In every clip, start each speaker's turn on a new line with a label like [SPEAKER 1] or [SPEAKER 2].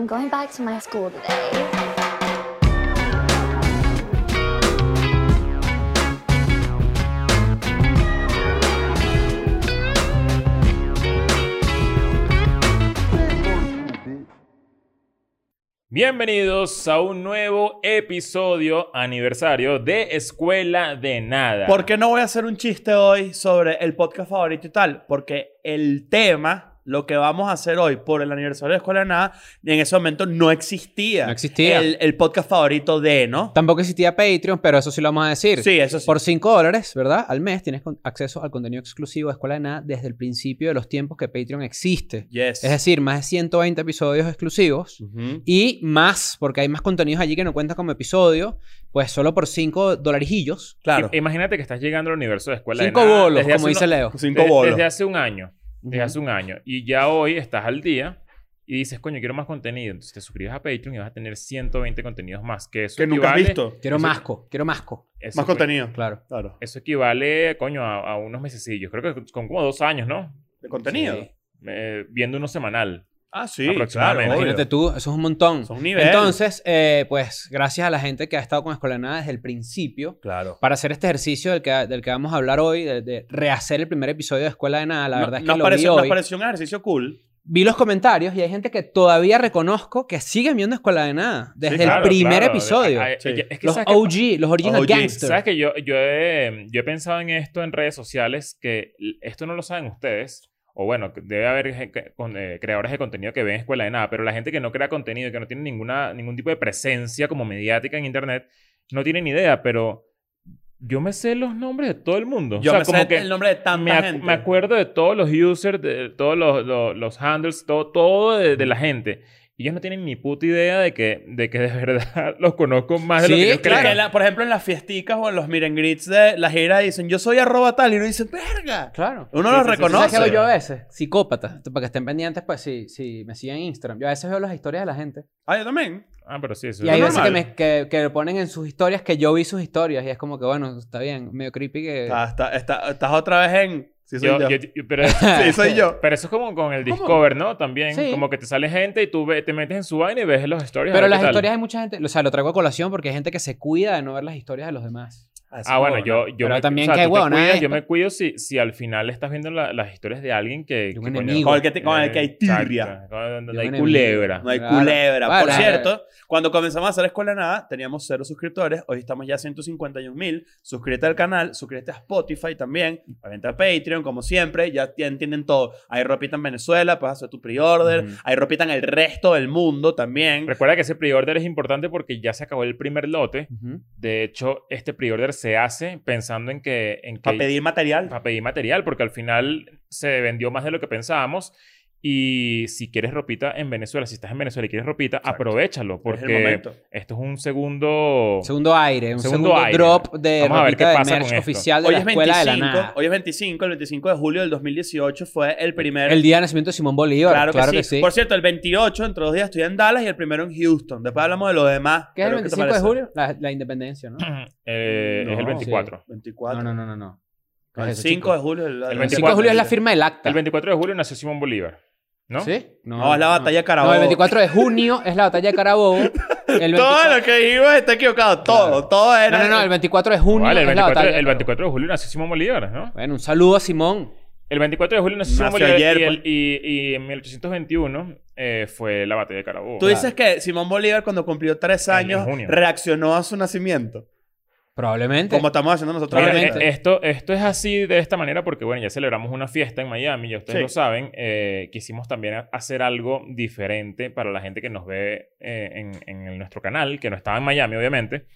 [SPEAKER 1] I'm going back to my school today.
[SPEAKER 2] Bienvenidos a un nuevo episodio aniversario de Escuela de Nada.
[SPEAKER 3] ¿Por qué no voy a hacer un chiste hoy sobre el podcast favorito y tal? Porque el tema, lo que vamos a hacer hoy por el aniversario de Escuela de Nada, en ese momento no existía.
[SPEAKER 4] No existía.
[SPEAKER 3] El, el podcast favorito de, ¿no?
[SPEAKER 4] Tampoco existía Patreon, pero eso sí lo vamos a decir.
[SPEAKER 3] Sí, eso sí.
[SPEAKER 4] Por 5 dólares, ¿verdad? Al mes tienes con- acceso al contenido exclusivo de Escuela de Nada desde el principio de los tiempos que Patreon existe.
[SPEAKER 3] Yes.
[SPEAKER 4] Es decir, más de 120 episodios exclusivos
[SPEAKER 3] Ujú.
[SPEAKER 4] y más, porque hay más contenidos allí que no cuentan como episodio, pues solo por 5 dolarijillos.
[SPEAKER 3] Claro.
[SPEAKER 2] I- Imagínate que estás llegando al universo de Escuela de
[SPEAKER 4] 5
[SPEAKER 2] Nada.
[SPEAKER 4] bolos,
[SPEAKER 2] desde hace
[SPEAKER 4] como dice
[SPEAKER 2] uno-
[SPEAKER 4] Leo.
[SPEAKER 3] Cinco
[SPEAKER 2] de-
[SPEAKER 3] bolos.
[SPEAKER 2] Desde hace un año. Desde hace un año. Y ya hoy estás al día y dices, coño, quiero más contenido. Entonces te suscribes a Patreon y vas a tener 120 contenidos más. Que, eso
[SPEAKER 3] Que nunca has
[SPEAKER 2] equivale-
[SPEAKER 3] visto.
[SPEAKER 4] Quiero
[SPEAKER 2] Eso-
[SPEAKER 4] masco, quiero masco.
[SPEAKER 2] eso
[SPEAKER 3] Más
[SPEAKER 2] fue-
[SPEAKER 3] contenido.
[SPEAKER 4] Claro.
[SPEAKER 3] Claro.
[SPEAKER 2] Eso equivale, coño, a, a unos mesecillos. Creo que con como dos años, ¿no?
[SPEAKER 3] ¿De contenido?
[SPEAKER 4] Sí.
[SPEAKER 2] Eh, viendo uno semanal.
[SPEAKER 3] Ah, sí.
[SPEAKER 2] Aproximadamente.
[SPEAKER 3] Claro,
[SPEAKER 4] Imagínate
[SPEAKER 3] obvio.
[SPEAKER 4] tú, eso es un montón.
[SPEAKER 3] Son nivel.
[SPEAKER 4] Entonces, eh, pues gracias a la gente que ha estado con Escuela de Nada desde el principio.
[SPEAKER 3] Claro.
[SPEAKER 4] para hacer este ejercicio del que, del que vamos a hablar hoy, de, de rehacer el primer episodio de Escuela de Nada, la verdad es que
[SPEAKER 3] nos,
[SPEAKER 4] lo
[SPEAKER 3] pareció,
[SPEAKER 4] vi
[SPEAKER 3] nos
[SPEAKER 4] hoy.
[SPEAKER 3] pareció un ejercicio cool.
[SPEAKER 4] Vi los comentarios y hay gente que todavía reconozco que siguen viendo Escuela de Nada desde
[SPEAKER 3] Sí, claro,
[SPEAKER 4] el primer
[SPEAKER 2] claro.
[SPEAKER 4] episodio.
[SPEAKER 2] Ay, ay,
[SPEAKER 3] Sí.
[SPEAKER 2] Es que
[SPEAKER 4] los
[SPEAKER 2] ¿sabes qué
[SPEAKER 4] OG, los Original
[SPEAKER 3] OG.
[SPEAKER 4] Gangsters.
[SPEAKER 2] Sabes que yo, yo, he, yo he pensado en esto en redes sociales, que l- esto no lo saben ustedes, o bueno, que debe haber gen- que- con- eh, creadores de contenido que ven escuela de nada, pero la gente que no crea contenido, y que no tiene ninguna, ningún tipo de presencia como mediática en Internet, no tiene ni idea, pero yo me sé los nombres de todo el mundo.
[SPEAKER 3] Yo
[SPEAKER 2] o sea,
[SPEAKER 3] me
[SPEAKER 2] como
[SPEAKER 3] sé
[SPEAKER 2] que
[SPEAKER 3] el nombre de tanta
[SPEAKER 2] me, acu-
[SPEAKER 3] gente.
[SPEAKER 2] me acuerdo de todos los users, de todos los, los- los handles, todo, todo de, de la gente. Y ellos no tienen ni puta idea de que de, que de verdad los conozco más de lo
[SPEAKER 4] Sí,
[SPEAKER 2] que yo creo.
[SPEAKER 3] Claro. que en la- por ejemplo, en las fiesticas o en los meet and greets de la gira dicen, yo soy arroba tal, y uno dice, verga.
[SPEAKER 4] Claro.
[SPEAKER 2] Sí, sí, sí,
[SPEAKER 3] Uno los
[SPEAKER 2] sí,
[SPEAKER 4] ¿Sabes
[SPEAKER 3] reconoce.
[SPEAKER 4] qué hago yo a veces? Psicópata. Entonces, Para que estén pendientes, pues si, si me siguen en Instagram. Yo a veces veo las historias de la gente.
[SPEAKER 3] Ah, yo también.
[SPEAKER 2] Ah, pero sí, eso
[SPEAKER 4] Y
[SPEAKER 2] es
[SPEAKER 4] hay
[SPEAKER 2] normal.
[SPEAKER 4] veces que,
[SPEAKER 3] normal.
[SPEAKER 4] me, que, que ponen en sus historias que yo vi sus historias. Y es como que, bueno, está bien. Medio creepy que...
[SPEAKER 3] Está- Ah, está- está- estás otra vez en... Sí, soy
[SPEAKER 2] Yo-
[SPEAKER 3] yo.
[SPEAKER 2] yo- yo- pero,
[SPEAKER 3] Sí, soy yo.
[SPEAKER 2] pero eso es como con el Discover, ¿no? También.
[SPEAKER 4] Sí.
[SPEAKER 2] Como que te sale gente y tú ve- te metes en su vaina y ves los stories. a
[SPEAKER 4] Pero
[SPEAKER 2] ver
[SPEAKER 4] las
[SPEAKER 2] qué tal.
[SPEAKER 4] historias hay mucha gente, o sea, lo traigo a colación porque hay gente que se cuida de no ver las historias de los demás.
[SPEAKER 2] Ah, bueno, yo, yo
[SPEAKER 4] Pero también
[SPEAKER 2] o sea,
[SPEAKER 4] qué
[SPEAKER 2] tú te
[SPEAKER 4] huevona
[SPEAKER 2] cuidas,
[SPEAKER 4] es
[SPEAKER 2] Yo
[SPEAKER 4] esta.
[SPEAKER 2] me cuido si, si al final estás viendo la- las historias de alguien que...
[SPEAKER 4] De un
[SPEAKER 2] que coño, Eh,
[SPEAKER 4] enemigo.
[SPEAKER 3] Con el que, te- con el que hay tirria.
[SPEAKER 2] exacto, con- donde
[SPEAKER 4] De un
[SPEAKER 2] hay
[SPEAKER 4] enemigo.
[SPEAKER 2] culebra.
[SPEAKER 3] No hay
[SPEAKER 4] Claro.
[SPEAKER 3] culebra. Por
[SPEAKER 4] Vale.
[SPEAKER 3] cierto, cuando comenzamos a hacer Escuela de Nada, teníamos cero suscriptores. Hoy estamos ya a 151 mil. Suscríbete al canal, suscríbete a Spotify también. Obviamente a Patreon, como siempre. Ya ya entienden todo. Hay ropita en Venezuela, puedes hacer tu pre-order.
[SPEAKER 2] Ujú.
[SPEAKER 3] Hay ropita en el resto del mundo también.
[SPEAKER 2] Recuerda que ese pre-order es importante porque ya se acabó el primer lote. De hecho, este pre-order se hace pensando en que... En que
[SPEAKER 3] Para pedir material.
[SPEAKER 2] para pedir material, porque al final se vendió más de lo que pensábamos. Y si quieres ropita en Venezuela, si estás en Venezuela y quieres ropita, aprovechalo,
[SPEAKER 3] Es el
[SPEAKER 2] porque
[SPEAKER 3] momento.
[SPEAKER 2] esto es un segundo.
[SPEAKER 4] Segundo aire, un
[SPEAKER 2] Segundo
[SPEAKER 4] segundo,
[SPEAKER 2] aire.
[SPEAKER 4] drop de
[SPEAKER 2] Vamos a ver
[SPEAKER 4] ropita
[SPEAKER 2] qué
[SPEAKER 4] de
[SPEAKER 2] pasa
[SPEAKER 4] merch
[SPEAKER 2] con esto.
[SPEAKER 4] oficial de
[SPEAKER 3] Hoy
[SPEAKER 4] la
[SPEAKER 3] es,
[SPEAKER 4] escuela de la
[SPEAKER 3] 25,
[SPEAKER 4] nada.
[SPEAKER 3] hoy es 25, el 25 de julio del 2018 fue el primer...
[SPEAKER 4] El día de nacimiento de Simón Bolívar,
[SPEAKER 3] Claro,
[SPEAKER 4] claro,
[SPEAKER 3] que, sí. Por cierto, el 28, entre dos días, estoy en Dallas y el primero en Houston. Después hablamos de los demás.
[SPEAKER 4] ¿Qué es el
[SPEAKER 3] pero te
[SPEAKER 4] 25 de
[SPEAKER 3] parece?
[SPEAKER 4] julio? La, la independencia, ¿no?
[SPEAKER 2] Eh, es el
[SPEAKER 3] No,
[SPEAKER 2] 24.
[SPEAKER 3] 24.
[SPEAKER 4] No, no, no, no.
[SPEAKER 3] No, el 5 de julio. El,
[SPEAKER 2] El 24
[SPEAKER 4] El 25 de julio es la firma del acta.
[SPEAKER 2] El 24 de julio nació Simón Bolívar. ¿No?
[SPEAKER 4] ¿Sí?
[SPEAKER 3] No, es la batalla de Carabobo.
[SPEAKER 4] No, el 24 de junio es la batalla de Carabobo. El 24...
[SPEAKER 3] Todo lo que dijimos está equivocado. Todo, todo era.
[SPEAKER 4] No, no, no, el 24 de junio
[SPEAKER 2] Vale, el,
[SPEAKER 4] es la
[SPEAKER 2] 24,
[SPEAKER 4] batalla.
[SPEAKER 2] el
[SPEAKER 4] de
[SPEAKER 2] 24 de julio nació Simón Bolívar, ¿no?
[SPEAKER 4] Carabobo. Bueno, un saludo a Simón.
[SPEAKER 2] El 24 de julio nació Simón
[SPEAKER 3] Nació
[SPEAKER 2] Bolívar
[SPEAKER 3] ayer, pues.
[SPEAKER 2] y, el- y- y en 1821 eh, fue la batalla de Carabobo.
[SPEAKER 3] Tú dices que Simón Bolívar, cuando cumplió tres
[SPEAKER 2] En
[SPEAKER 3] años,
[SPEAKER 2] junio.
[SPEAKER 3] reaccionó a su nacimiento.
[SPEAKER 4] Probablemente.
[SPEAKER 3] Como estamos haciendo nosotros
[SPEAKER 2] Mira,
[SPEAKER 3] ahorita.
[SPEAKER 4] Obviamente.
[SPEAKER 2] eh, esto, esto es así de esta manera porque, bueno, ya celebramos una fiesta en Miami, ya ustedes
[SPEAKER 3] Sí.
[SPEAKER 2] lo saben. eh, quisimos también ha- hacer algo diferente para la gente que nos ve eh, en, en el- nuestro canal, que no estaba en Miami, obviamente.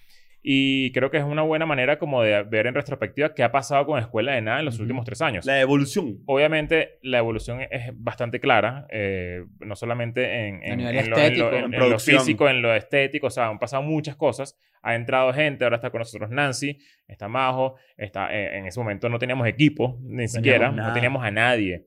[SPEAKER 2] Y creo que es una buena manera como de ver en retrospectiva qué ha pasado con Escuela de Nada en los
[SPEAKER 4] Ujú.
[SPEAKER 2] últimos tres años.
[SPEAKER 3] La evolución.
[SPEAKER 2] Obviamente, la evolución es bastante clara, eh, no solamente en, en-
[SPEAKER 4] A
[SPEAKER 2] en lo-
[SPEAKER 4] nivel
[SPEAKER 2] en lo-
[SPEAKER 4] estético.
[SPEAKER 2] en-
[SPEAKER 3] En
[SPEAKER 2] en lo
[SPEAKER 3] producción.
[SPEAKER 2] físico, en lo estético, o sea, han pasado muchas cosas. Ha entrado gente, ahora está con nosotros Nancy, está Majo, está, eh, en ese momento no teníamos equipo, ni siquiera, no
[SPEAKER 3] nada.
[SPEAKER 2] teníamos a nadie.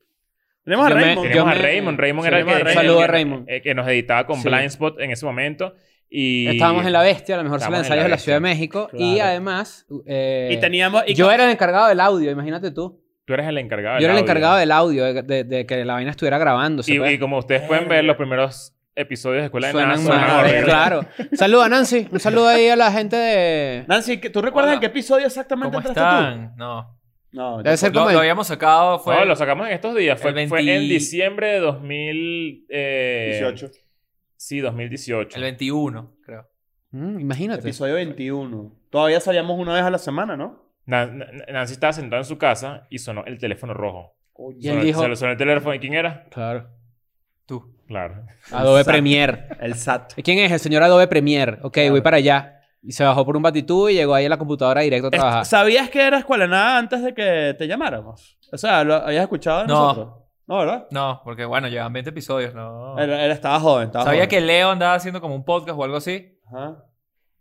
[SPEAKER 3] Tenemos a
[SPEAKER 4] Yo me-
[SPEAKER 3] Raymond.
[SPEAKER 4] yo
[SPEAKER 2] Teníamos a
[SPEAKER 4] me-
[SPEAKER 2] Raymond, Raymond era el que,
[SPEAKER 3] Tenemos a
[SPEAKER 2] el que-
[SPEAKER 4] Saludo a
[SPEAKER 2] el que-
[SPEAKER 4] Raymond.
[SPEAKER 2] eh, que nos editaba con
[SPEAKER 4] Sí.
[SPEAKER 2] Blind Spot en ese momento. Y
[SPEAKER 4] Estábamos en la bestia, la mejor sala de
[SPEAKER 2] Estábamos en
[SPEAKER 4] ensayos de
[SPEAKER 2] La
[SPEAKER 4] la Ciudad de México. Y
[SPEAKER 3] Claro.
[SPEAKER 4] además. eh,
[SPEAKER 3] Y teníamos. y
[SPEAKER 4] yo
[SPEAKER 3] con-
[SPEAKER 4] era el encargado del audio, imagínate tú.
[SPEAKER 2] Tú eres Ah, el encargado.
[SPEAKER 4] Yo era el
[SPEAKER 2] audio.
[SPEAKER 4] encargado del audio, de, de- de que la vaina estuviera grabándose.
[SPEAKER 2] Y,
[SPEAKER 4] pues.
[SPEAKER 2] y como ustedes pueden ver, los primeros episodios de Escuela de Nada
[SPEAKER 4] Suenan
[SPEAKER 2] suenan
[SPEAKER 4] mal,
[SPEAKER 2] horrible.
[SPEAKER 4] claro. Saluda, Nancy. Un saludo ahí a la gente de...
[SPEAKER 3] Nancy, ¿tú recuerdas
[SPEAKER 5] Hola.
[SPEAKER 3] en qué episodio exactamente
[SPEAKER 5] ¿Cómo
[SPEAKER 3] entraste tú?
[SPEAKER 5] están? No.
[SPEAKER 3] No,
[SPEAKER 4] Debe
[SPEAKER 3] yo-
[SPEAKER 4] ser como
[SPEAKER 5] Lo,
[SPEAKER 4] el-
[SPEAKER 5] lo habíamos sacado fue
[SPEAKER 2] No, lo sacamos en estos días. Fue,
[SPEAKER 5] el
[SPEAKER 2] fue en
[SPEAKER 5] 20
[SPEAKER 2] diciembre de 2000, eh,
[SPEAKER 3] 18.
[SPEAKER 2] Sí, 2018.
[SPEAKER 5] el 21, creo.
[SPEAKER 4] Mm, imagínate.
[SPEAKER 3] Episodio 21. Todavía salíamos una vez a la semana, ¿no?
[SPEAKER 2] Na- na- Nancy estaba sentada en su casa y sonó el teléfono rojo.
[SPEAKER 4] Y él
[SPEAKER 2] Sonó-
[SPEAKER 4] dijo...
[SPEAKER 2] sonó- sonó el teléfono. ¿Y quién era?
[SPEAKER 4] Claro.
[SPEAKER 5] Tú.
[SPEAKER 2] Claro.
[SPEAKER 4] Adobe
[SPEAKER 3] Exacto.
[SPEAKER 4] Premiere.
[SPEAKER 3] El SAT.
[SPEAKER 4] ¿Quién es? El señor Adobe Premiere. Ok,
[SPEAKER 3] Claro.
[SPEAKER 4] voy para allá. Y se bajó por un batitú y llegó ahí a la computadora directo a
[SPEAKER 3] Est-
[SPEAKER 4] trabajar.
[SPEAKER 3] ¿Sabías que era Escuela de Nada antes de que te llamáramos? O sea, ¿lo habías escuchado de
[SPEAKER 5] No.
[SPEAKER 3] nosotros? No, ¿verdad?
[SPEAKER 5] No, porque bueno, llevan 20 episodios, no.
[SPEAKER 3] Él, él estaba joven, estaba
[SPEAKER 5] Sabía
[SPEAKER 3] joven.
[SPEAKER 5] que Leo andaba haciendo como un podcast o algo así,
[SPEAKER 3] Ajá.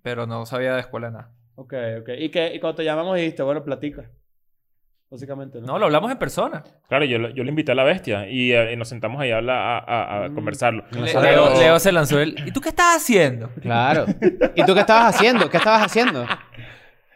[SPEAKER 5] pero no sabía de escuela nada.
[SPEAKER 3] Ok, ok. Y, que, y cuando te llamamos dijiste, bueno, platica. Básicamente, ¿no?
[SPEAKER 5] No, lo hablamos en persona.
[SPEAKER 2] Claro, yo, lo- yo le invité a la bestia y, eh, y nos sentamos ahí a, hablar- a, a- a
[SPEAKER 3] Mm.
[SPEAKER 2] conversarlo.
[SPEAKER 3] No
[SPEAKER 5] Le-
[SPEAKER 3] sabía.
[SPEAKER 5] Leo, Leo se lanzó el. ¿Y tú qué estás haciendo?
[SPEAKER 4] Claro. ¿Y tú qué estabas haciendo? ¿Qué estabas haciendo?
[SPEAKER 3] Eh,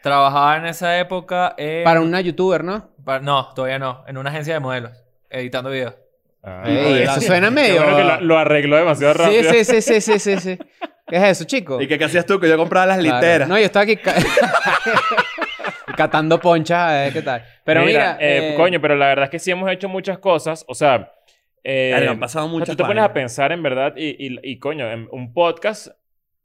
[SPEAKER 5] Trabajaba en esa época en-
[SPEAKER 4] Para una youtuber, ¿no?
[SPEAKER 5] pa- No, todavía no. En una agencia de modelos, editando videos.
[SPEAKER 2] Ah.
[SPEAKER 4] Ey, eso suena
[SPEAKER 2] Qué
[SPEAKER 4] medio...
[SPEAKER 2] bueno que lo, lo arregló demasiado rápido.
[SPEAKER 4] Sí, sí, sí, sí, sí, sí, sí. ¿Qué es eso, chico?
[SPEAKER 3] ¿Y que, qué hacías tú? Que yo compraba las
[SPEAKER 4] Claro.
[SPEAKER 3] literas.
[SPEAKER 4] No, yo estaba aquí ca- catando ponchas, a ver qué tal. Pero mira,
[SPEAKER 2] eh,
[SPEAKER 4] eh,
[SPEAKER 2] coño, pero la verdad es que sí hemos hecho muchas cosas. O sea, eh,
[SPEAKER 3] Claro, han pasado
[SPEAKER 2] o sea,
[SPEAKER 3] muchas
[SPEAKER 2] tú te pones
[SPEAKER 3] vainas.
[SPEAKER 2] a pensar en verdad y, y- y, coño, en un podcast,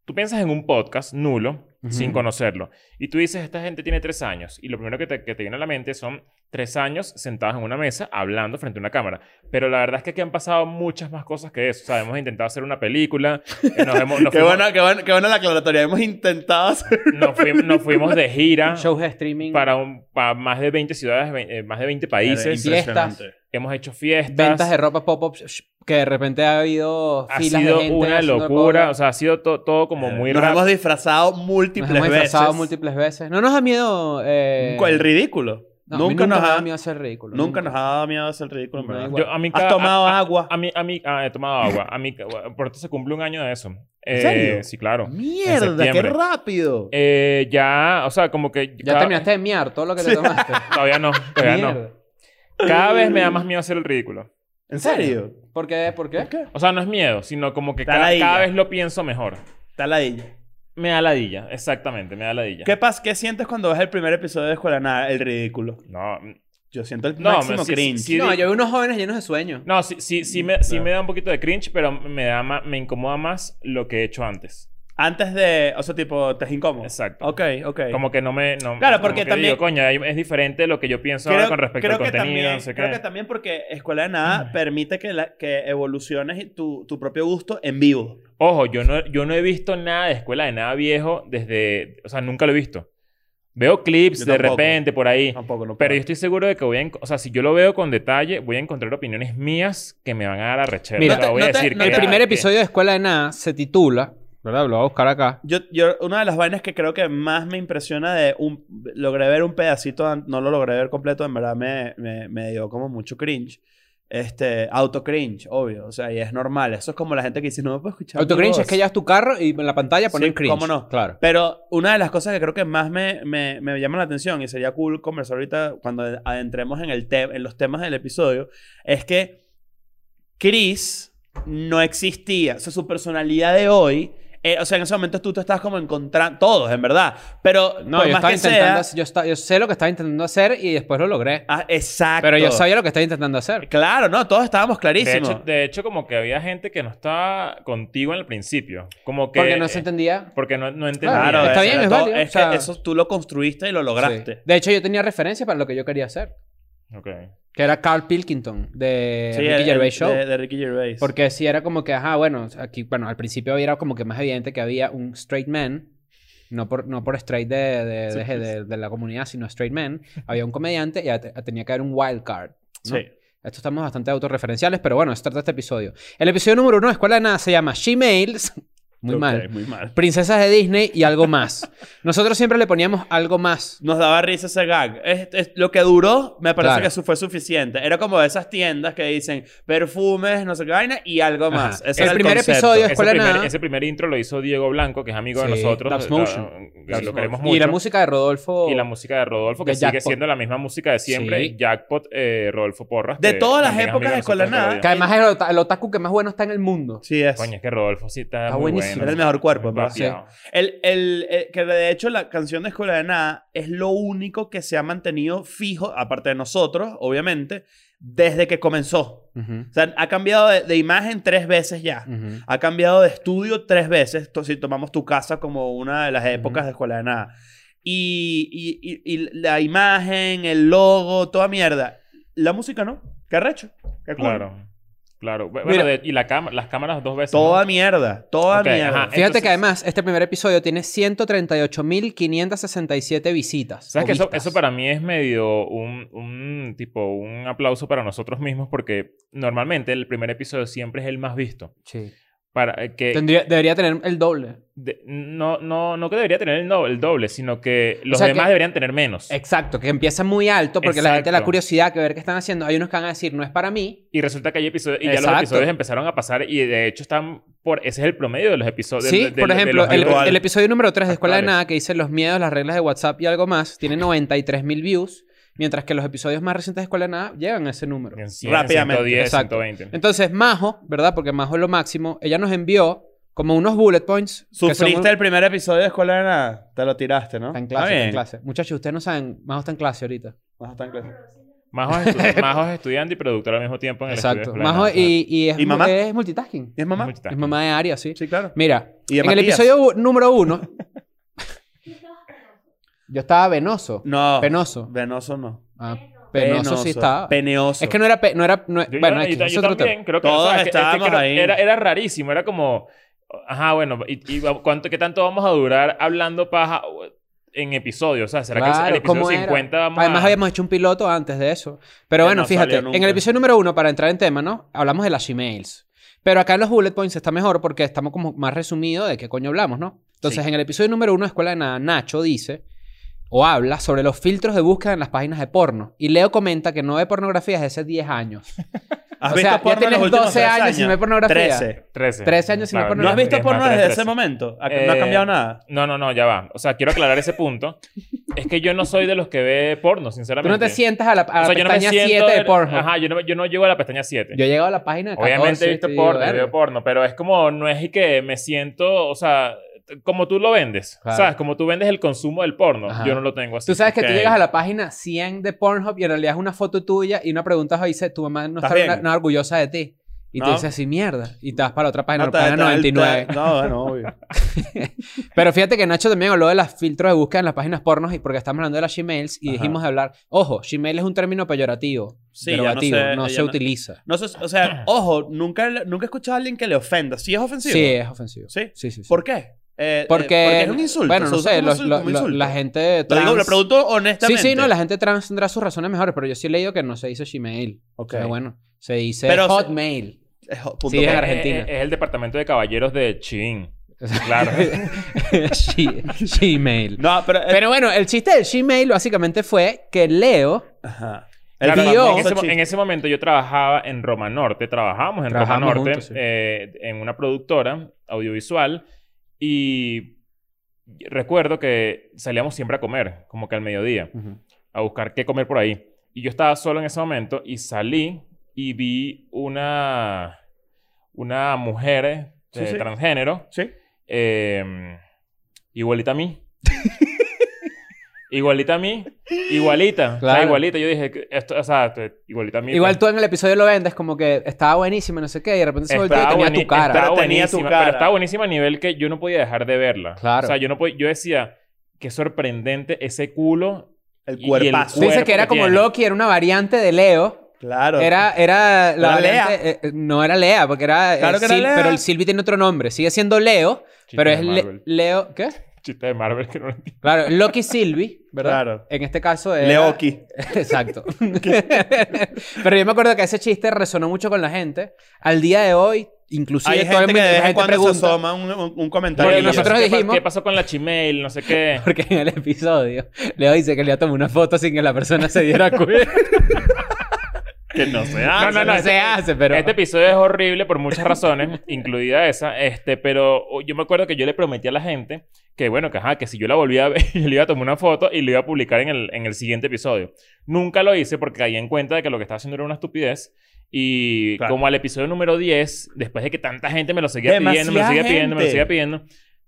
[SPEAKER 2] tú piensas en un podcast nulo,
[SPEAKER 4] Ujú.
[SPEAKER 2] sin conocerlo, y tú dices, esta gente tiene tres años, y lo primero que te, que te viene a la mente son tres años sentados en una mesa hablando frente a una cámara. Pero la verdad es que aquí han pasado muchas más cosas que eso. O sea, hemos intentado hacer una película, eh, nos, hemos- nos
[SPEAKER 3] Qué
[SPEAKER 2] fuimos,
[SPEAKER 3] buena, qué, buena, qué buena la aclaratoria. Hemos intentado hacer...
[SPEAKER 2] nos fuimos- nos fuimos de gira.
[SPEAKER 4] shows de streaming,
[SPEAKER 2] pues, Para, un- para más de 20 ciudades, ve- eh, más de 20 países.
[SPEAKER 4] Fiestas.
[SPEAKER 2] Hemos hecho fiestas.
[SPEAKER 4] ventas de ropa pop-up, sh- que de repente ha habido
[SPEAKER 2] ha
[SPEAKER 4] filas
[SPEAKER 2] sido
[SPEAKER 4] de gente
[SPEAKER 2] una
[SPEAKER 4] haciendo Eh,
[SPEAKER 2] locura.
[SPEAKER 4] cola.
[SPEAKER 2] O sea, ha sido to- todo como muy
[SPEAKER 3] Eh, Nos
[SPEAKER 2] raro.
[SPEAKER 3] hemos disfrazado múltiples
[SPEAKER 4] nos hemos
[SPEAKER 3] veces.
[SPEAKER 4] disfrazado múltiples veces. No nos da miedo... eh,
[SPEAKER 3] El ridículo.
[SPEAKER 4] no, a mí
[SPEAKER 3] nunca, nos
[SPEAKER 4] me
[SPEAKER 3] ha,
[SPEAKER 4] da miedo hacer ridículo.
[SPEAKER 3] nunca nos ha dado miedo hacer el ridículo, en
[SPEAKER 4] No,
[SPEAKER 3] verdad.
[SPEAKER 4] igual.
[SPEAKER 2] Yo, a mí,
[SPEAKER 3] ¿Has
[SPEAKER 2] ca-
[SPEAKER 3] tomado
[SPEAKER 2] a- a-
[SPEAKER 3] agua?
[SPEAKER 2] A mí, a mí, ah, he tomado agua. A mí, pronto se cumple un año de eso. Eh,
[SPEAKER 3] serio? Mm.
[SPEAKER 2] Sí, claro.
[SPEAKER 3] ¡Mierda! ¡Qué
[SPEAKER 2] septiembre.
[SPEAKER 3] rápido!
[SPEAKER 2] Eh, ya, o sea, como que.
[SPEAKER 4] Ya
[SPEAKER 2] cada-
[SPEAKER 4] terminaste de miar todo lo que te tomaste.
[SPEAKER 2] Todavía no, todavía Pues, no.
[SPEAKER 4] Mierda.
[SPEAKER 2] Cada vez me da más miedo hacer el ridículo.
[SPEAKER 3] ¿En serio?
[SPEAKER 4] ¿Por qué? ¿Por qué?
[SPEAKER 2] O sea, no es miedo, sino como que
[SPEAKER 3] Da
[SPEAKER 2] ca- cada,
[SPEAKER 3] ladilla.
[SPEAKER 2] vez lo pienso mejor.
[SPEAKER 3] Está ladilla.
[SPEAKER 2] Me da ladilla, exactamente, me da ladilla.
[SPEAKER 3] ¿Qué, pas ¿Qué sientes cuando ves el primer episodio de Escuela de Nada? El ridículo.
[SPEAKER 2] No,
[SPEAKER 3] Yo siento el
[SPEAKER 2] No,
[SPEAKER 3] máximo
[SPEAKER 2] pero sí,
[SPEAKER 3] cringe.
[SPEAKER 2] sí, sí.
[SPEAKER 4] No, yo veo unos jóvenes llenos de sueños.
[SPEAKER 2] no sí, sí, sí, me, sí
[SPEAKER 3] Claro.
[SPEAKER 2] me da un poquito de cringe, pero me, da ma- me incomoda más lo que he hecho antes.
[SPEAKER 3] Antes de... O sea, tipo, te es incómodo.
[SPEAKER 2] Exacto.
[SPEAKER 3] Ok, ok.
[SPEAKER 2] Como que no me. no-
[SPEAKER 3] Claro,
[SPEAKER 2] como
[SPEAKER 3] porque
[SPEAKER 2] que
[SPEAKER 3] también-
[SPEAKER 2] digo, coño, ahí es diferente lo que yo pienso ahora con respecto al
[SPEAKER 3] que
[SPEAKER 2] contenido.
[SPEAKER 3] también,
[SPEAKER 2] no sé
[SPEAKER 3] creo
[SPEAKER 2] qué.
[SPEAKER 3] que también porque Escuela de Nada permite que, la- que evoluciones tu, tu propio gusto en vivo.
[SPEAKER 2] Ojo, yo no, yo no he visto nada de escuela de nada viejo desde. O sea, nunca lo he visto. Veo clips
[SPEAKER 3] Yo
[SPEAKER 2] de
[SPEAKER 3] tampoco.
[SPEAKER 2] repente por ahí.
[SPEAKER 3] Tampoco, no puedo.
[SPEAKER 2] Pero yo estoy seguro de que voy a. enco- O sea, si yo lo veo con detalle, voy a encontrar opiniones mías que me van a dar a rechazar.
[SPEAKER 4] Mira,
[SPEAKER 3] no
[SPEAKER 2] voy a
[SPEAKER 3] te-
[SPEAKER 2] decir
[SPEAKER 3] no
[SPEAKER 2] que-
[SPEAKER 4] El primer
[SPEAKER 2] que-
[SPEAKER 4] episodio de Escuela de Nada se titula, ¿verdad? Lo voy a buscar acá.
[SPEAKER 3] Yo, yo- una de las vainas que creo que más me impresiona de un... Logré ver un pedacito, an- no lo logré ver completo, en verdad me, me, me dio como mucho cringe. Este, auto cringe, obvio. O sea, y es normal. Eso es como la gente que dice, no me puedo escuchar. mi
[SPEAKER 4] Autocringe es
[SPEAKER 3] voz".
[SPEAKER 4] que llevas tu carro y en la pantalla ponen
[SPEAKER 3] Sí,
[SPEAKER 4] cringe.
[SPEAKER 3] cómo no.
[SPEAKER 4] Claro.
[SPEAKER 3] Pero una de las cosas que creo que más me, me, me llama la atención, y sería cool conversar ahorita cuando adentremos en, el te- en los temas del episodio, es que Chris no existía. O sea, su personalidad de hoy. eh, o sea, en ese momento tú te estabas como encontrando. Todos, en verdad. Pero
[SPEAKER 4] No,
[SPEAKER 3] por
[SPEAKER 4] yo
[SPEAKER 3] más
[SPEAKER 4] estaba
[SPEAKER 3] que
[SPEAKER 4] intentando,
[SPEAKER 3] sea.
[SPEAKER 4] hacer- yo, esta- yo sé lo que estaba intentando hacer y después lo logré.
[SPEAKER 3] Ah, exacto.
[SPEAKER 4] Pero yo sabía lo que estaba intentando hacer.
[SPEAKER 3] Claro, no, todos estábamos
[SPEAKER 2] De
[SPEAKER 3] clarísimos.
[SPEAKER 2] hecho, de hecho, como que había gente que no estaba contigo en el principio. Como que.
[SPEAKER 4] Porque no se entendía.
[SPEAKER 2] Porque no, no entendía.
[SPEAKER 3] Claro,
[SPEAKER 4] Está
[SPEAKER 3] o sea,
[SPEAKER 4] bien, es
[SPEAKER 3] todo-
[SPEAKER 4] válido,
[SPEAKER 3] Es
[SPEAKER 4] o sea-
[SPEAKER 3] que eso tú lo construiste y lo lograste.
[SPEAKER 4] Sí. De hecho, yo tenía referencia para lo que yo quería hacer.
[SPEAKER 3] eh.
[SPEAKER 2] Ok.
[SPEAKER 4] Que era Carl Pilkington de
[SPEAKER 3] Sí,
[SPEAKER 4] Eh, Ricky
[SPEAKER 3] el-
[SPEAKER 4] Gervais
[SPEAKER 3] el-
[SPEAKER 4] Show.
[SPEAKER 3] De, de Ricky Gervais.
[SPEAKER 4] Porque sí era como que, ajá, bueno, aquí, bueno, al principio era como que más evidente que había un straight man, no por, no por straight de, de,
[SPEAKER 3] Sí,
[SPEAKER 4] de-
[SPEAKER 3] sí.
[SPEAKER 4] de- de la comunidad, sino straight man, había un comediante y at- tenía que haber un wild card. ¿no?
[SPEAKER 3] Sí.
[SPEAKER 4] Esto estamos bastante autorreferenciales, pero bueno, se trata este episodio. El episodio número uno de Escuela de Nada se llama She Mails Muy
[SPEAKER 3] Ok,
[SPEAKER 4] mal.
[SPEAKER 3] Muy mal.
[SPEAKER 4] Princesas de Disney y algo más. Nosotros siempre le poníamos algo más.
[SPEAKER 3] Nos daba risa ese gag. Es, es- lo que duró, me parece
[SPEAKER 4] Claro.
[SPEAKER 3] que su- fue suficiente. Era como esas tiendas que dicen perfumes, no sé qué vaina y algo
[SPEAKER 4] Ajá.
[SPEAKER 3] más. Ese
[SPEAKER 4] El
[SPEAKER 3] era
[SPEAKER 4] primer
[SPEAKER 3] concepto.
[SPEAKER 4] episodio-
[SPEAKER 2] Ese
[SPEAKER 4] Escuela de
[SPEAKER 2] primer,
[SPEAKER 4] Nada.
[SPEAKER 2] ese primer intro lo hizo Diego Blanco, que es amigo de
[SPEAKER 4] Sí,
[SPEAKER 2] nosotros.
[SPEAKER 4] Dubs
[SPEAKER 2] la-
[SPEAKER 4] Motion.
[SPEAKER 2] la- lo queremos mucho.
[SPEAKER 4] Y la música de Rodolfo.
[SPEAKER 2] Y la música de Rodolfo, que
[SPEAKER 4] De
[SPEAKER 2] sigue
[SPEAKER 4] Jackpot.
[SPEAKER 2] siendo la misma música de siempre.
[SPEAKER 4] Sí.
[SPEAKER 2] Jackpot, eh, Rodolfo Porras.
[SPEAKER 3] De
[SPEAKER 2] que
[SPEAKER 3] todas las
[SPEAKER 2] también es pues,
[SPEAKER 3] épocas
[SPEAKER 2] amigo
[SPEAKER 3] de Escuela
[SPEAKER 2] nosotros,
[SPEAKER 3] Nada.
[SPEAKER 4] que además es el, ota- el otaku que más bueno está en el mundo.
[SPEAKER 3] Sí, es.
[SPEAKER 2] Coño, es que Rodolfo sí está,
[SPEAKER 4] Está
[SPEAKER 2] muy
[SPEAKER 4] buenísimo.
[SPEAKER 2] bueno.
[SPEAKER 3] Era el mejor cuerpo,
[SPEAKER 2] Muy
[SPEAKER 3] ¿no?
[SPEAKER 2] vapeado.
[SPEAKER 3] El, el- el- que de hecho la canción de Escuela de Nada es lo único que se ha mantenido fijo, aparte de nosotros, obviamente, desde que comenzó.
[SPEAKER 4] Ujú,
[SPEAKER 3] O sea, ha cambiado de, de imagen tres veces ya.
[SPEAKER 4] ujú.
[SPEAKER 3] Ha cambiado de estudio tres veces, to- si tomamos tu casa como una de las épocas
[SPEAKER 4] Ujú.
[SPEAKER 3] de Escuela de Nada. Y, y- y- y la imagen, el logo, toda mierda. La música no. Qué arrecho. Qué cool.
[SPEAKER 2] Claro. Claro. Bueno,
[SPEAKER 4] Mira.
[SPEAKER 2] de- y la cama- las cámaras dos veces.
[SPEAKER 3] Toda
[SPEAKER 2] ¿no?
[SPEAKER 3] mierda. Toda
[SPEAKER 2] Ok,
[SPEAKER 3] mierda.
[SPEAKER 2] ajá.
[SPEAKER 4] Fíjate
[SPEAKER 2] Entonces-
[SPEAKER 4] que además este primer episodio tiene 138.567 visitas.
[SPEAKER 2] ¿Sabes
[SPEAKER 4] o
[SPEAKER 2] que eso,
[SPEAKER 4] vistas.
[SPEAKER 2] eso para mí es medio un, un tipo un aplauso para nosotros mismos porque normalmente el primer episodio siempre es el más visto.
[SPEAKER 4] Sí.
[SPEAKER 2] Para eh, que
[SPEAKER 4] Tendría- debería tener el doble.
[SPEAKER 2] de- no, no, no que debería tener el, no- el doble, sino que los
[SPEAKER 4] sea,
[SPEAKER 2] demás
[SPEAKER 4] que-
[SPEAKER 2] deberían tener menos.
[SPEAKER 4] Exacto, que empieza muy alto porque la gente
[SPEAKER 2] Exacto.
[SPEAKER 4] la curiosidad que ver qué están haciendo. Hay unos que van a decir, no es para mí.
[SPEAKER 2] Y resulta que hay episodios y ya los
[SPEAKER 4] Exacto.
[SPEAKER 2] episodios empezaron a pasar y de hecho están por ese es el promedio de los episodios.
[SPEAKER 4] sí,
[SPEAKER 2] de- de-
[SPEAKER 4] por
[SPEAKER 2] de
[SPEAKER 4] ejemplo,
[SPEAKER 2] los
[SPEAKER 4] el,
[SPEAKER 2] habituales.
[SPEAKER 4] el episodio número 3 de Escuela de
[SPEAKER 2] Actuales.
[SPEAKER 4] Nada que dice los miedos, las reglas de WhatsApp y algo más, tiene 93.000 views, mientras que los episodios más recientes de Escuela de Nada llegan a ese número.
[SPEAKER 2] En 100,
[SPEAKER 3] Rápidamente.
[SPEAKER 2] 110,
[SPEAKER 4] Exacto.
[SPEAKER 2] 120.
[SPEAKER 4] Entonces, Majo, ¿verdad? Porque Majo es lo máximo, ella nos envió como unos bullet points. que son-
[SPEAKER 3] ¿Sufriste el primer episodio de Escuela de Nada? Te lo tiraste, ¿no?
[SPEAKER 4] Está en
[SPEAKER 3] Ah,
[SPEAKER 4] clase, está en
[SPEAKER 3] bien.
[SPEAKER 4] clase. Muchachos, ustedes no saben, Majo está en clase ahorita.
[SPEAKER 3] Vas a estar en clase.
[SPEAKER 2] Majo es, estu- Majo es estudiante y productor al mismo tiempo en el estudio
[SPEAKER 4] Exacto.
[SPEAKER 2] de Plan
[SPEAKER 4] Majo
[SPEAKER 2] Nada.
[SPEAKER 4] y, y es,
[SPEAKER 3] ¿Y mamá?
[SPEAKER 4] es multitasking.
[SPEAKER 3] ¿Y es mamá?
[SPEAKER 2] Multitasking.
[SPEAKER 4] Es mamá de Aria, sí.
[SPEAKER 3] Sí, claro.
[SPEAKER 4] Mira,
[SPEAKER 3] ¿Y de
[SPEAKER 4] en el
[SPEAKER 3] Matías?
[SPEAKER 4] episodio u- número uno, yo estaba venoso.
[SPEAKER 3] No.
[SPEAKER 4] Penoso.
[SPEAKER 3] Venoso no.
[SPEAKER 4] Ah, penoso, sí estaba.
[SPEAKER 3] Peneoso.
[SPEAKER 4] Es que no era... pe- no era no-
[SPEAKER 2] Yo,
[SPEAKER 4] bueno,
[SPEAKER 2] yo-
[SPEAKER 4] X,
[SPEAKER 2] yo-
[SPEAKER 4] es
[SPEAKER 2] yo
[SPEAKER 4] otro
[SPEAKER 2] también
[SPEAKER 4] tema.
[SPEAKER 2] creo que,
[SPEAKER 3] Todos
[SPEAKER 2] o sea, es que- es que
[SPEAKER 3] estábamos
[SPEAKER 2] creo-
[SPEAKER 3] ahí.
[SPEAKER 2] Era, era rarísimo, era como, ajá, bueno, ¿y, y cuánto, qué tanto vamos a durar hablando paja en episodios? O sea, ¿será que el
[SPEAKER 4] Claro,
[SPEAKER 2] episodio
[SPEAKER 4] ¿cómo era?
[SPEAKER 2] 50 vamos
[SPEAKER 4] Además
[SPEAKER 2] a...
[SPEAKER 4] habíamos hecho un piloto antes de eso. Pero
[SPEAKER 3] Que
[SPEAKER 4] bueno,
[SPEAKER 3] no
[SPEAKER 4] fíjate,
[SPEAKER 3] salió nunca.
[SPEAKER 4] en el episodio número uno, para entrar en tema, ¿no? Hablamos de las Gmails. Pero acá en los bullet points está mejor porque estamos como más resumidos de qué coño hablamos, ¿no? Entonces, en el episodio número uno de Escuela de Nada, Nacho dice o habla sobre los filtros de búsqueda en las páginas de porno. Y Leo comenta que no ve pornografía desde hace 10 años.
[SPEAKER 3] ¿Has
[SPEAKER 4] o
[SPEAKER 3] visto
[SPEAKER 4] sea, ya
[SPEAKER 3] porno en
[SPEAKER 4] tienes
[SPEAKER 3] los últimos
[SPEAKER 4] 12
[SPEAKER 3] tres
[SPEAKER 4] años sin ver pornografía.
[SPEAKER 3] 13.
[SPEAKER 2] 13.
[SPEAKER 4] 13 años sin ver
[SPEAKER 2] Claro,
[SPEAKER 3] ¿No
[SPEAKER 4] pornografía.
[SPEAKER 3] has visto
[SPEAKER 2] 10 más
[SPEAKER 3] porno
[SPEAKER 2] 13,
[SPEAKER 3] desde ese
[SPEAKER 2] 13.
[SPEAKER 3] momento? ¿A- ¿No ha
[SPEAKER 2] Eh,
[SPEAKER 3] cambiado nada?
[SPEAKER 2] No, no, no, ya va. O sea, quiero aclarar ese punto. es que yo no soy de los que ve porno,
[SPEAKER 4] Tú
[SPEAKER 2] sinceramente.
[SPEAKER 4] no te sientas a la, a la
[SPEAKER 2] O sea, yo no me
[SPEAKER 4] pestaña
[SPEAKER 2] siento
[SPEAKER 4] 7 de
[SPEAKER 2] en-
[SPEAKER 4] porno.
[SPEAKER 2] Ajá, yo no, yo no llego a la pestaña 7.
[SPEAKER 4] Yo he llegado a la página de 14
[SPEAKER 2] Obviamente he
[SPEAKER 4] y
[SPEAKER 2] visto
[SPEAKER 4] digo,
[SPEAKER 2] porno,
[SPEAKER 4] "Verga".
[SPEAKER 2] veo porno, pero es como, no es que me siento, o sea, t- como tú lo vendes,
[SPEAKER 4] Claro.
[SPEAKER 2] ¿sabes? Como tú vendes el consumo del porno,
[SPEAKER 4] Ajá.
[SPEAKER 2] yo no lo tengo así.
[SPEAKER 4] Tú sabes que
[SPEAKER 3] Ok.
[SPEAKER 4] tú llegas a la página 100 de Pornhub y en realidad es una foto tuya y una pregunta abajo dice, tu mamá no
[SPEAKER 3] ¿Estás
[SPEAKER 4] está
[SPEAKER 3] bien?
[SPEAKER 4] na- nada orgullosa de ti. Y
[SPEAKER 3] No.
[SPEAKER 4] te dice así, mierda. Y te vas para la otra página,
[SPEAKER 3] No,
[SPEAKER 4] la
[SPEAKER 3] está-
[SPEAKER 4] página
[SPEAKER 3] está-
[SPEAKER 4] 99.
[SPEAKER 3] está- No, bueno, obvio.
[SPEAKER 4] Pero fíjate que Nacho también habló de los filtros de búsqueda en las páginas pornos y porque estamos hablando de las Gmails y
[SPEAKER 3] Ajá.
[SPEAKER 4] dijimos de hablar, ojo, Gmail es un término peyorativo,
[SPEAKER 3] Sí, ya no
[SPEAKER 4] derogativo,
[SPEAKER 3] sé-
[SPEAKER 4] no,
[SPEAKER 3] ya
[SPEAKER 4] se
[SPEAKER 3] no-
[SPEAKER 4] utiliza.
[SPEAKER 3] No sé, o sea, ojo, nunca, nunca he escuchado a alguien que le ofenda. ¿Sí es
[SPEAKER 4] Sí,
[SPEAKER 3] ofensivo?
[SPEAKER 4] es ofensivo.
[SPEAKER 3] ¿Sí?
[SPEAKER 4] Sí, sí, sí.
[SPEAKER 3] ¿Por qué? Eh, eh,
[SPEAKER 4] porque,
[SPEAKER 3] porque es un insulto.
[SPEAKER 4] Bueno,
[SPEAKER 3] se
[SPEAKER 4] no
[SPEAKER 3] usa
[SPEAKER 4] sé,
[SPEAKER 3] como
[SPEAKER 4] los-
[SPEAKER 3] insul-
[SPEAKER 4] los-
[SPEAKER 3] como
[SPEAKER 4] los-
[SPEAKER 3] insulto.
[SPEAKER 4] la gente
[SPEAKER 3] Lo
[SPEAKER 4] trans...
[SPEAKER 3] digo, lo pregunto
[SPEAKER 4] sí,
[SPEAKER 3] honestamente.
[SPEAKER 4] sí, no, la gente trans tendrá sus razones mejores, pero yo sí he leído que no se dice Gmail.
[SPEAKER 3] Ok.
[SPEAKER 4] Pero bueno, se dice
[SPEAKER 3] Pero se-
[SPEAKER 4] Hotmail.
[SPEAKER 3] Es punto
[SPEAKER 4] Sí, es
[SPEAKER 3] com.
[SPEAKER 4] en
[SPEAKER 2] Es-
[SPEAKER 4] Argentina.
[SPEAKER 2] Es, es el departamento de caballeros de Chin. Claro.
[SPEAKER 4] G- Gmail.
[SPEAKER 3] No, pero... eh,
[SPEAKER 4] Pero bueno, el chiste del Gmail básicamente fue que Leo.
[SPEAKER 3] Ajá.
[SPEAKER 2] Claro,
[SPEAKER 4] tío-
[SPEAKER 2] en,
[SPEAKER 3] famoso
[SPEAKER 2] ese, mo-
[SPEAKER 3] chiste.
[SPEAKER 2] en ese momento yo trabajaba en Roma Norte, trabajábamos en
[SPEAKER 4] Trabajamos
[SPEAKER 2] Roma Norte,
[SPEAKER 4] juntos, sí.
[SPEAKER 2] eh, en una productora audiovisual y recuerdo que salíamos siempre a comer, como que al mediodía. a buscar qué comer por ahí. Y yo estaba solo en ese momento y salí y vi una, una mujer eh,
[SPEAKER 3] Sí, sí.
[SPEAKER 2] transgénero
[SPEAKER 3] Sí.
[SPEAKER 2] eh, igualita a mí. igualita a mí. Igualita. O sea,
[SPEAKER 4] Claro.
[SPEAKER 2] igualita. Yo dije, que esto, o sea, esto- igualita a mí. pues,
[SPEAKER 4] Igual tú en el episodio lo vendes como que estaba buenísimo, no sé qué, y de repente se volteó y
[SPEAKER 2] Estaba
[SPEAKER 4] tenía
[SPEAKER 2] bueni-
[SPEAKER 4] tu cara.
[SPEAKER 2] Estaba
[SPEAKER 3] Pero tenía
[SPEAKER 2] buenísima,
[SPEAKER 3] tu cara.
[SPEAKER 2] Pero estaba buenísima a nivel que yo no podía dejar de verla.
[SPEAKER 4] Claro.
[SPEAKER 2] O sea, yo, no podía, yo decía, qué sorprendente ese culo.
[SPEAKER 3] El
[SPEAKER 2] Y- y el
[SPEAKER 3] cuerpazo.
[SPEAKER 4] Tú dices
[SPEAKER 2] cuerpo
[SPEAKER 4] que era
[SPEAKER 2] que
[SPEAKER 4] como
[SPEAKER 2] tiene.
[SPEAKER 4] Loki, era una variante de Leo.
[SPEAKER 3] Claro.
[SPEAKER 4] Era, era la
[SPEAKER 3] Era Lea.
[SPEAKER 4] variante. eh, eh, no era Lea, porque era. eh,
[SPEAKER 3] Claro que era
[SPEAKER 4] Sil-
[SPEAKER 3] Lea.
[SPEAKER 4] Pero el Silvi tiene otro nombre. Sigue siendo Leo,
[SPEAKER 2] Chiste
[SPEAKER 4] pero
[SPEAKER 2] de
[SPEAKER 4] es Le-
[SPEAKER 2] Marvel.
[SPEAKER 4] Leo. ¿Qué?
[SPEAKER 2] Chiste de Marvel que no lo entiendo.
[SPEAKER 4] Claro, Loki Silvi, ¿verdad?
[SPEAKER 3] Claro.
[SPEAKER 4] En este caso es.
[SPEAKER 3] Leoki.
[SPEAKER 4] Exacto. Pero yo me acuerdo que ese chiste resonó mucho con la gente. Al día de hoy, inclusive
[SPEAKER 3] Hay
[SPEAKER 4] todo el
[SPEAKER 3] gente que de
[SPEAKER 4] mundo- la
[SPEAKER 3] vez en
[SPEAKER 4] gente
[SPEAKER 3] cuando se
[SPEAKER 4] pregunta-
[SPEAKER 3] asoma un, un- un comentario.
[SPEAKER 4] Porque
[SPEAKER 3] y
[SPEAKER 4] nosotros
[SPEAKER 2] ¿qué pa-
[SPEAKER 4] dijimos-
[SPEAKER 2] ¿Qué pasó con la Chimail? No sé qué.
[SPEAKER 4] Porque en el episodio Leo dice que le tomó una foto sin que la persona se diera cuenta.
[SPEAKER 3] Que no Ah, se
[SPEAKER 2] No, no,
[SPEAKER 4] no,
[SPEAKER 2] no,
[SPEAKER 4] se
[SPEAKER 2] este-
[SPEAKER 4] hace, pero.
[SPEAKER 2] Este episodio es horrible por muchas razones, incluida esa, este, pero yo me acuerdo que yo le prometí a la gente que, bueno, que, ajá, que si yo la volvía a ver, yo le iba a tomar una foto y lo iba a publicar en el, en el siguiente episodio. Nunca lo hice porque caí en cuenta de que lo que estaba haciendo era una estupidez. Y
[SPEAKER 3] Claro.
[SPEAKER 2] como al episodio número 10, después de que tanta gente me lo seguía pidiendo, me lo
[SPEAKER 3] Demasiada
[SPEAKER 2] seguía pidiendo, me lo
[SPEAKER 3] gente.
[SPEAKER 2] seguía pidiendo,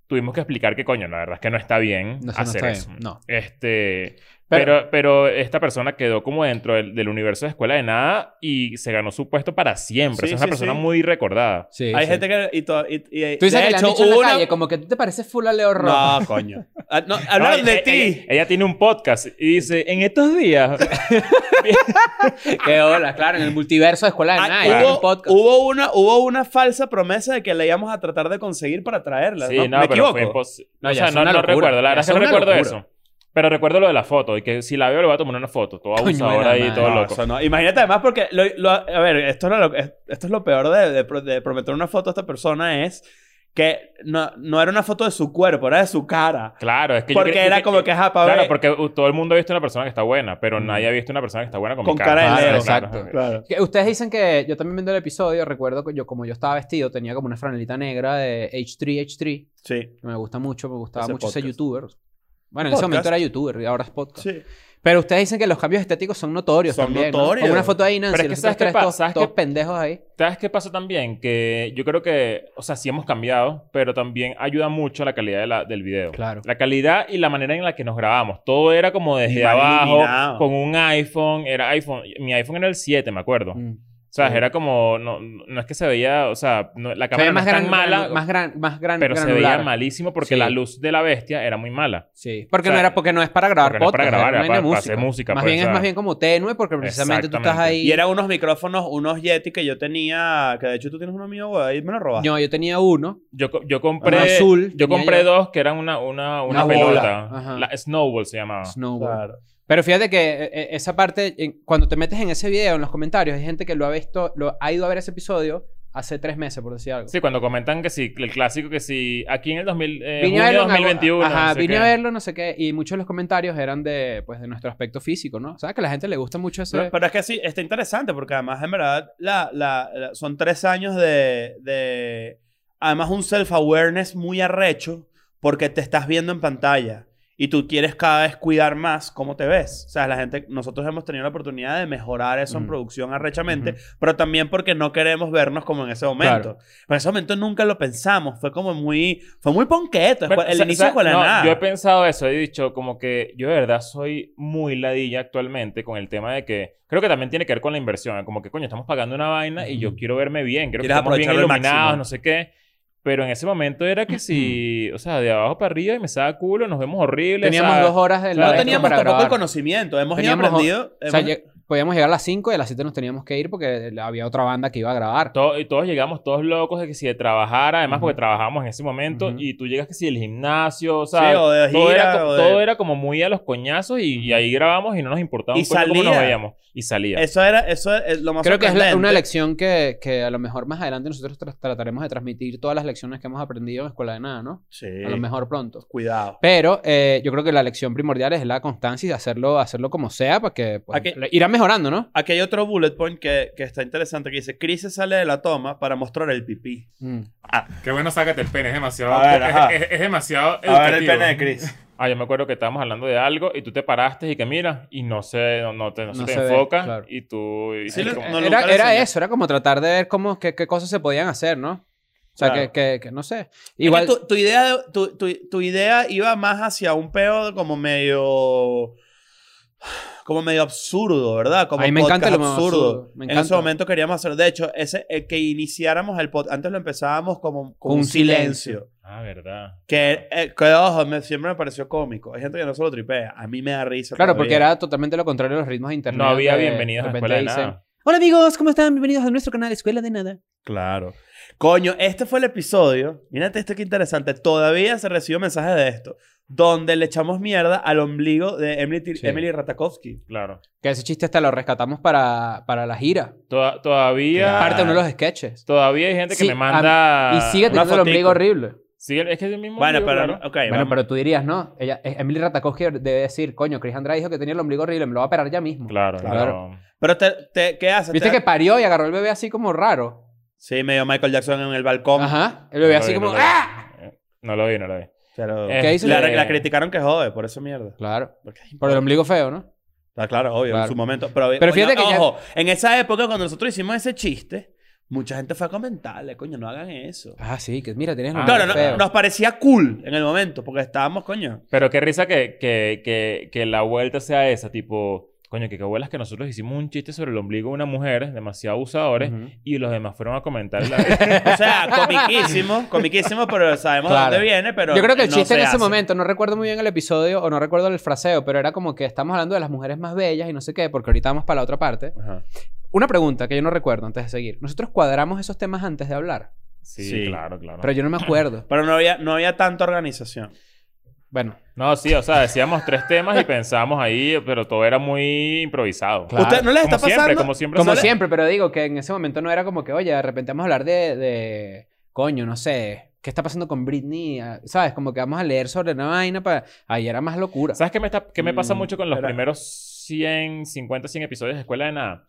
[SPEAKER 2] tuvimos que explicar que, coño, la verdad es que no está bien
[SPEAKER 4] No, eso no
[SPEAKER 2] hacer
[SPEAKER 4] está
[SPEAKER 2] eso.
[SPEAKER 4] bien, no.
[SPEAKER 2] Este...
[SPEAKER 4] Pero-
[SPEAKER 2] Pero, pero esta persona quedó como dentro del, del universo de Escuela de Nada y se ganó su puesto para siempre.
[SPEAKER 3] Sí,
[SPEAKER 2] O sea, es una
[SPEAKER 3] sí,
[SPEAKER 2] persona
[SPEAKER 3] sí.
[SPEAKER 2] muy recordada.
[SPEAKER 4] Sí,
[SPEAKER 3] Hay
[SPEAKER 4] sí.
[SPEAKER 3] gente que. Y to- y- y-
[SPEAKER 4] Tú dices
[SPEAKER 3] de
[SPEAKER 4] que le han
[SPEAKER 3] hecho,
[SPEAKER 4] dicho en la
[SPEAKER 3] una-
[SPEAKER 4] calle, como que tú te pareces full a Leo Ross.
[SPEAKER 3] No, coño. Ah, no, hablaron
[SPEAKER 2] No,
[SPEAKER 3] de
[SPEAKER 2] ella- Ella,
[SPEAKER 3] ti.
[SPEAKER 2] ella tiene un podcast y dice, en estos días...
[SPEAKER 4] Qué hola, claro, en el multiverso de Escuela de
[SPEAKER 3] Ah,
[SPEAKER 4] Nada, en el
[SPEAKER 3] hubo,
[SPEAKER 4] podcast.
[SPEAKER 3] hubo una, hubo una falsa promesa de que la íbamos a tratar de conseguir para traerla.
[SPEAKER 2] sí,
[SPEAKER 3] ¿no?
[SPEAKER 2] no,
[SPEAKER 3] ¿Me
[SPEAKER 2] pero fue
[SPEAKER 3] equivoco?
[SPEAKER 2] impos-
[SPEAKER 4] No,
[SPEAKER 2] o
[SPEAKER 4] ya
[SPEAKER 2] sea,
[SPEAKER 4] es
[SPEAKER 2] no,
[SPEAKER 4] una
[SPEAKER 2] no
[SPEAKER 4] locura.
[SPEAKER 2] recuerdo. La
[SPEAKER 4] Ya
[SPEAKER 2] verdad
[SPEAKER 4] es
[SPEAKER 2] es que no
[SPEAKER 4] una
[SPEAKER 2] recuerdo
[SPEAKER 4] locura.
[SPEAKER 2] eso. Pero recuerdo lo de la foto y que si la veo le voy a tomar una foto. Todo
[SPEAKER 4] Coño,
[SPEAKER 2] abusador
[SPEAKER 4] la
[SPEAKER 2] ahí,
[SPEAKER 4] madre.
[SPEAKER 2] todo
[SPEAKER 3] No,
[SPEAKER 2] loco.
[SPEAKER 3] eso no. Imagínate además porque... lo- lo- a ver, esto es lo, lo- esto es lo peor de, de pro- de prometer una foto a esta persona es que no, no era una foto de su cuerpo, era de su cara.
[SPEAKER 2] Claro, es que yo
[SPEAKER 3] Porque
[SPEAKER 2] cre- yo
[SPEAKER 3] era
[SPEAKER 2] cre-
[SPEAKER 3] como que, ajá, para
[SPEAKER 2] Claro,
[SPEAKER 3] ver...
[SPEAKER 2] porque uh, todo el mundo ha visto una persona que está buena, pero nadie ha visto una persona que está buena con, mi
[SPEAKER 3] Con cara de
[SPEAKER 2] Claro,
[SPEAKER 3] Leo.
[SPEAKER 2] claro.
[SPEAKER 4] Exacto.
[SPEAKER 3] Claro.
[SPEAKER 4] Que Ustedes dicen que yo también viendo el episodio, recuerdo que yo, como yo estaba vestido, tenía como una franelita negra de H3H3,
[SPEAKER 3] Sí.
[SPEAKER 4] que me gusta mucho, me gustaba
[SPEAKER 3] Ese
[SPEAKER 4] mucho ese
[SPEAKER 3] podcast.
[SPEAKER 4] youtuber. Bueno, en ese
[SPEAKER 3] Podcast.
[SPEAKER 4] momento era youtuber y ahora es podcast.
[SPEAKER 3] Sí.
[SPEAKER 4] Pero ustedes dicen que los cambios estéticos son notorios
[SPEAKER 3] Son
[SPEAKER 4] también, ¿no?
[SPEAKER 3] notorios.
[SPEAKER 4] Como una foto ahí, Nancy,
[SPEAKER 2] Pero es que
[SPEAKER 4] nosotros
[SPEAKER 2] ¿sabes qué
[SPEAKER 4] tres
[SPEAKER 2] pasa?
[SPEAKER 4] todos-
[SPEAKER 2] ¿Sabes qué-
[SPEAKER 4] todos pendejos ahí.
[SPEAKER 2] ¿Sabes qué pasa también? Que yo creo que, o sea, sí hemos cambiado, pero también ayuda mucho la calidad de la- del video.
[SPEAKER 4] Claro.
[SPEAKER 2] La calidad y la manera en la que nos grabamos. Todo era como desde
[SPEAKER 3] Mal
[SPEAKER 2] abajo,
[SPEAKER 3] iluminado.
[SPEAKER 2] con un iPhone. Era iPhone. Mi iPhone era el 7, me acuerdo. O
[SPEAKER 4] Mm.
[SPEAKER 2] sea,
[SPEAKER 4] Sí.
[SPEAKER 2] era como... No, no es que se veía... O sea, no- la
[SPEAKER 4] Se ve
[SPEAKER 2] cámara no
[SPEAKER 4] más
[SPEAKER 2] es tan
[SPEAKER 4] gran,
[SPEAKER 2] mala,
[SPEAKER 4] más gran, más gran,
[SPEAKER 2] pero se veía
[SPEAKER 4] granular.
[SPEAKER 2] malísimo porque
[SPEAKER 4] Sí.
[SPEAKER 2] la luz de la bestia era muy mala.
[SPEAKER 4] Sí, porque
[SPEAKER 2] O sea,
[SPEAKER 4] no era porque no es para grabar
[SPEAKER 2] porque no es para
[SPEAKER 4] podcast,
[SPEAKER 2] grabar,
[SPEAKER 4] era
[SPEAKER 2] era
[SPEAKER 4] una vaina de
[SPEAKER 2] para- para hacer música,
[SPEAKER 4] Más
[SPEAKER 2] pues,
[SPEAKER 4] bien
[SPEAKER 2] o
[SPEAKER 4] es
[SPEAKER 2] sea.
[SPEAKER 4] más bien como tenue porque precisamente tú estás
[SPEAKER 2] Exactamente.
[SPEAKER 4] ahí.
[SPEAKER 3] Y eran unos micrófonos, unos Yeti que yo tenía... Que de hecho tú tienes uno mío, güey. Ahí me lo robaste.
[SPEAKER 4] No, yo tenía uno.
[SPEAKER 2] Yo, co- yo compré...
[SPEAKER 4] azul,
[SPEAKER 2] yo
[SPEAKER 4] tenía
[SPEAKER 2] compré
[SPEAKER 4] yo.
[SPEAKER 2] dos que eran una, una, una,
[SPEAKER 4] Una bola. Ajá.
[SPEAKER 2] pelota. La, Snowball se llamaba.
[SPEAKER 4] Snowball.
[SPEAKER 3] Claro.
[SPEAKER 4] Pues Pero fíjate que eh, eh, esa parte, en- cuando te metes en ese video, en los comentarios, hay gente que lo ha visto, lo ha ido a ver ese episodio hace tres meses, por decir algo.
[SPEAKER 2] Sí, cuando comentan que sí, el clásico que sí, aquí en el 2000, eh,
[SPEAKER 4] Vine
[SPEAKER 2] junio
[SPEAKER 4] a verlo en agu-
[SPEAKER 2] 2021.
[SPEAKER 4] Ajá,
[SPEAKER 2] no sé
[SPEAKER 4] vine
[SPEAKER 2] qué.
[SPEAKER 4] a verlo, no sé qué. Y muchos de los comentarios eran de, pues, de nuestro aspecto físico, ¿no? O sea, que a la gente le gusta mucho ese...
[SPEAKER 3] Pero, pero es que sí, está interesante porque además, en verdad, la, la- la- son tres años de, de- Además, un self-awareness muy arrecho porque te estás viendo en pantalla y tú quieres cada vez cuidar más cómo te ves. O sea, la gente, nosotros hemos tenido la oportunidad de mejorar eso en
[SPEAKER 4] Ujú.
[SPEAKER 3] producción arrechamente,
[SPEAKER 2] Mm. Ujú.
[SPEAKER 3] pero también porque no queremos vernos como en ese momento. Pero en ese momento nunca lo pensamos, fue como muy. Fue muy ponqueto.
[SPEAKER 2] Bueno,
[SPEAKER 3] el
[SPEAKER 2] o sea,
[SPEAKER 3] inicio
[SPEAKER 2] o sea,
[SPEAKER 3] de la
[SPEAKER 2] no,
[SPEAKER 3] nada.
[SPEAKER 2] Yo he pensado eso, he dicho como que yo de verdad soy muy ladilla actualmente con el tema de que creo que también tiene que ver con la inversión, ¿eh? como que coño, estamos pagando una vaina y yo
[SPEAKER 4] Ujú.
[SPEAKER 2] quiero verme bien, quiero que
[SPEAKER 3] Quieres
[SPEAKER 2] estamos bien
[SPEAKER 3] aprovecharlo al
[SPEAKER 2] iluminados,
[SPEAKER 3] máximo.
[SPEAKER 2] no sé qué. Pero en ese momento era que si, o sea, de abajo para arriba y me estaba culo, nos vemos horribles.
[SPEAKER 4] Teníamos
[SPEAKER 2] ¿sabes?
[SPEAKER 4] dos horas de
[SPEAKER 2] No
[SPEAKER 4] la
[SPEAKER 3] no
[SPEAKER 4] de esto
[SPEAKER 3] teníamos
[SPEAKER 4] para
[SPEAKER 3] tampoco el
[SPEAKER 4] grabar.
[SPEAKER 3] conocimiento. Hemos ido
[SPEAKER 4] Teníamos-
[SPEAKER 3] aprendido.
[SPEAKER 4] O sea,
[SPEAKER 3] hemos-
[SPEAKER 4] lleg- podíamos llegar a las 5 y a las 7 nos teníamos que ir porque había otra banda que iba a grabar.
[SPEAKER 2] Todo- y todos llegamos todos locos de que si de trabajar, además porque
[SPEAKER 4] Ujú.
[SPEAKER 2] trabajamos en ese momento,
[SPEAKER 4] Ujú.
[SPEAKER 2] y tú llegas que si del gimnasio, o sea,
[SPEAKER 3] Sí, o de
[SPEAKER 2] todo, era,
[SPEAKER 3] gira,
[SPEAKER 2] co-
[SPEAKER 3] o de-
[SPEAKER 2] todo era como muy a los coñazos y, y ahí grabamos y no nos importaba
[SPEAKER 3] Y
[SPEAKER 2] un coño cómo nos
[SPEAKER 3] salía.
[SPEAKER 2] veíamos. Y salía.
[SPEAKER 3] Eso era, eso es lo más
[SPEAKER 4] Creo que es la- una
[SPEAKER 3] sorprendente.
[SPEAKER 4] lección que, que a lo mejor más adelante nosotros tra- trataremos de transmitir todas las lecciones que hemos aprendido en Escuela de Nada, ¿no?
[SPEAKER 3] Sí.
[SPEAKER 4] A lo mejor pronto.
[SPEAKER 3] Cuidado.
[SPEAKER 4] Pero eh, yo creo que la lección primordial es la constancia y hacerlo, hacerlo como sea para que pues,
[SPEAKER 3] Aquí-
[SPEAKER 4] le- irá mejorando, ¿no?
[SPEAKER 3] Aquí hay otro bullet point que, que está interesante que dice, Chris se sale de la toma para mostrar el pipí.
[SPEAKER 6] Qué bueno, sácate el pene, es demasiado.
[SPEAKER 3] A ver,
[SPEAKER 6] es-
[SPEAKER 3] ajá.
[SPEAKER 6] es, es demasiado. educativo.
[SPEAKER 3] Chris.
[SPEAKER 2] Ah, yo me acuerdo que estábamos hablando de algo y tú te paraste y que mira, y no se, no, no te, no se
[SPEAKER 4] No
[SPEAKER 2] te
[SPEAKER 4] se ve,
[SPEAKER 2] enfoca
[SPEAKER 4] claro.
[SPEAKER 2] y tú... y-
[SPEAKER 3] Sí,
[SPEAKER 2] y
[SPEAKER 3] lo-
[SPEAKER 2] como-
[SPEAKER 3] no,
[SPEAKER 4] era
[SPEAKER 3] nunca le
[SPEAKER 4] era
[SPEAKER 3] enseñé.
[SPEAKER 4] eso, era como tratar de ver cómo, qué, qué cosas se podían hacer, ¿no? O sea,
[SPEAKER 3] Claro.
[SPEAKER 4] que, que- que no sé.
[SPEAKER 3] Igual...
[SPEAKER 4] Igual,
[SPEAKER 3] tu, tu idea, de- tu, tu- tu idea iba más hacia un peo como medio... Como medio absurdo, ¿verdad? Como
[SPEAKER 4] A mí me
[SPEAKER 3] podcast
[SPEAKER 4] encanta lo más
[SPEAKER 3] absurdo.
[SPEAKER 4] absurdo. Me
[SPEAKER 3] En ese
[SPEAKER 4] encanta.
[SPEAKER 3] momento queríamos hacer... De hecho, ese, el que iniciáramos el podcast... Antes lo empezábamos como con
[SPEAKER 4] Un
[SPEAKER 3] un silencio.
[SPEAKER 4] silencio.
[SPEAKER 2] Ah, verdad.
[SPEAKER 3] Que, eh, que, ojo, me- siempre me pareció cómico. Hay gente que no se lo tripea. A mí me da risa.
[SPEAKER 4] claro, porque
[SPEAKER 3] todavía.
[SPEAKER 4] era totalmente lo contrario a los ritmos de internet.
[SPEAKER 2] No había
[SPEAKER 4] que
[SPEAKER 2] bienvenidos a la
[SPEAKER 4] de repente
[SPEAKER 2] escuela de
[SPEAKER 4] dicen,
[SPEAKER 2] nada.
[SPEAKER 4] Hola amigos, ¿cómo están? Bienvenidos a nuestro canal Escuela de Nada.
[SPEAKER 3] Claro. este Coño, este fue el episodio. Mírate esto que interesante. Todavía se recibió mensajes de esto. donde le echamos mierda al ombligo de Emily, Tir-
[SPEAKER 4] Sí.
[SPEAKER 3] Emily Ratajkowski.
[SPEAKER 2] Claro.
[SPEAKER 4] Que ese chiste hasta lo rescatamos para, para la gira.
[SPEAKER 2] Toda- todavía.
[SPEAKER 4] Parte de uno de los sketches.
[SPEAKER 2] Todavía hay gente que
[SPEAKER 4] Sí,
[SPEAKER 2] me manda.
[SPEAKER 4] Y sigue teniendo el
[SPEAKER 3] fotico.
[SPEAKER 4] ombligo horrible.
[SPEAKER 2] Sí, es que es el mismo.
[SPEAKER 3] Bueno,
[SPEAKER 2] ombligo,
[SPEAKER 3] pero.
[SPEAKER 2] claro.
[SPEAKER 3] ok,
[SPEAKER 4] Bueno,
[SPEAKER 3] vamos.
[SPEAKER 4] pero tú dirías, ¿no? Ella, eh, Emily Ratajkowski debe decir, coño, Chris Andrade dijo que tenía el ombligo horrible, me lo va a operar ya mismo.
[SPEAKER 2] Claro,
[SPEAKER 4] Claro.
[SPEAKER 2] no.
[SPEAKER 3] Pero te, te- ¿qué haces?
[SPEAKER 4] ¿Viste
[SPEAKER 3] Te-
[SPEAKER 4] que parió y agarró el bebé así como raro?
[SPEAKER 3] Sí, medio Michael Jackson en el balcón.
[SPEAKER 4] Ajá. El bebé
[SPEAKER 2] No lo
[SPEAKER 4] así
[SPEAKER 2] vi,
[SPEAKER 4] como,
[SPEAKER 2] no lo vi.
[SPEAKER 4] ¡ah!
[SPEAKER 2] Eh, No lo vi, no lo vi.
[SPEAKER 3] Pero
[SPEAKER 2] Eh,
[SPEAKER 4] ¿Qué hizo?
[SPEAKER 3] la,
[SPEAKER 2] eh,
[SPEAKER 3] la criticaron que jode, por eso mierda.
[SPEAKER 4] Claro.
[SPEAKER 3] Porque-
[SPEAKER 4] Por el ombligo feo, ¿no?
[SPEAKER 3] Está claro, obvio, en
[SPEAKER 4] Claro.
[SPEAKER 3] su momento. Pero,
[SPEAKER 4] Pero fíjate que ya-
[SPEAKER 3] ojo, en esa época cuando nosotros hicimos ese chiste, mucha gente fue a comentarle, coño, no hagan eso.
[SPEAKER 4] Ah, sí, que mira, tienes el
[SPEAKER 2] Ah,
[SPEAKER 4] ombligo
[SPEAKER 3] claro, no-
[SPEAKER 4] feo.
[SPEAKER 3] nos parecía cool en el momento, porque estábamos, coño.
[SPEAKER 2] Pero qué risa que, que, que, que la vuelta sea esa, tipo, coño, que qué bolas que nosotros hicimos un chiste sobre el ombligo de una mujer, demasiado abusadores,
[SPEAKER 4] Ujú.
[SPEAKER 2] y los demás fueron a comentar la
[SPEAKER 3] O sea, comiquísimo, comiquísimo, pero sabemos
[SPEAKER 4] Claro.
[SPEAKER 3] de dónde viene, pero
[SPEAKER 4] Yo creo que el
[SPEAKER 3] no
[SPEAKER 4] chiste
[SPEAKER 3] se
[SPEAKER 4] en ese
[SPEAKER 3] hace.
[SPEAKER 4] momento, no recuerdo muy bien el episodio o no recuerdo el fraseo, pero era como que estamos hablando de las mujeres más bellas y no sé qué, porque ahorita vamos para la otra parte.
[SPEAKER 3] Ajá.
[SPEAKER 4] Una pregunta que yo no recuerdo antes de seguir. Nosotros cuadramos esos temas antes de hablar,
[SPEAKER 2] Sí,
[SPEAKER 3] Sí.
[SPEAKER 2] claro, claro.
[SPEAKER 4] pero yo no me acuerdo.
[SPEAKER 3] Pero no había, no había tanta organización.
[SPEAKER 4] Bueno,
[SPEAKER 2] No, sí, o sea, decíamos tres temas y pensábamos ahí, pero todo era muy improvisado.
[SPEAKER 4] Claro.
[SPEAKER 3] ¿Usted no les está
[SPEAKER 2] como siempre,
[SPEAKER 3] pasando?
[SPEAKER 2] como siempre.
[SPEAKER 4] como
[SPEAKER 2] sale-
[SPEAKER 4] siempre, pero digo que en ese momento no era como que, oye, de repente vamos a hablar de, de coño, no sé, ¿qué está pasando con Britney? Ah, ¿Sabes? Como que vamos a leer sobre una vaina para... Ahí era más locura.
[SPEAKER 2] ¿Sabes qué me, está, qué me pasa
[SPEAKER 3] Mm,
[SPEAKER 2] mucho con los
[SPEAKER 3] espera.
[SPEAKER 2] primeros 100, 50, 100 episodios de Escuela de Nada?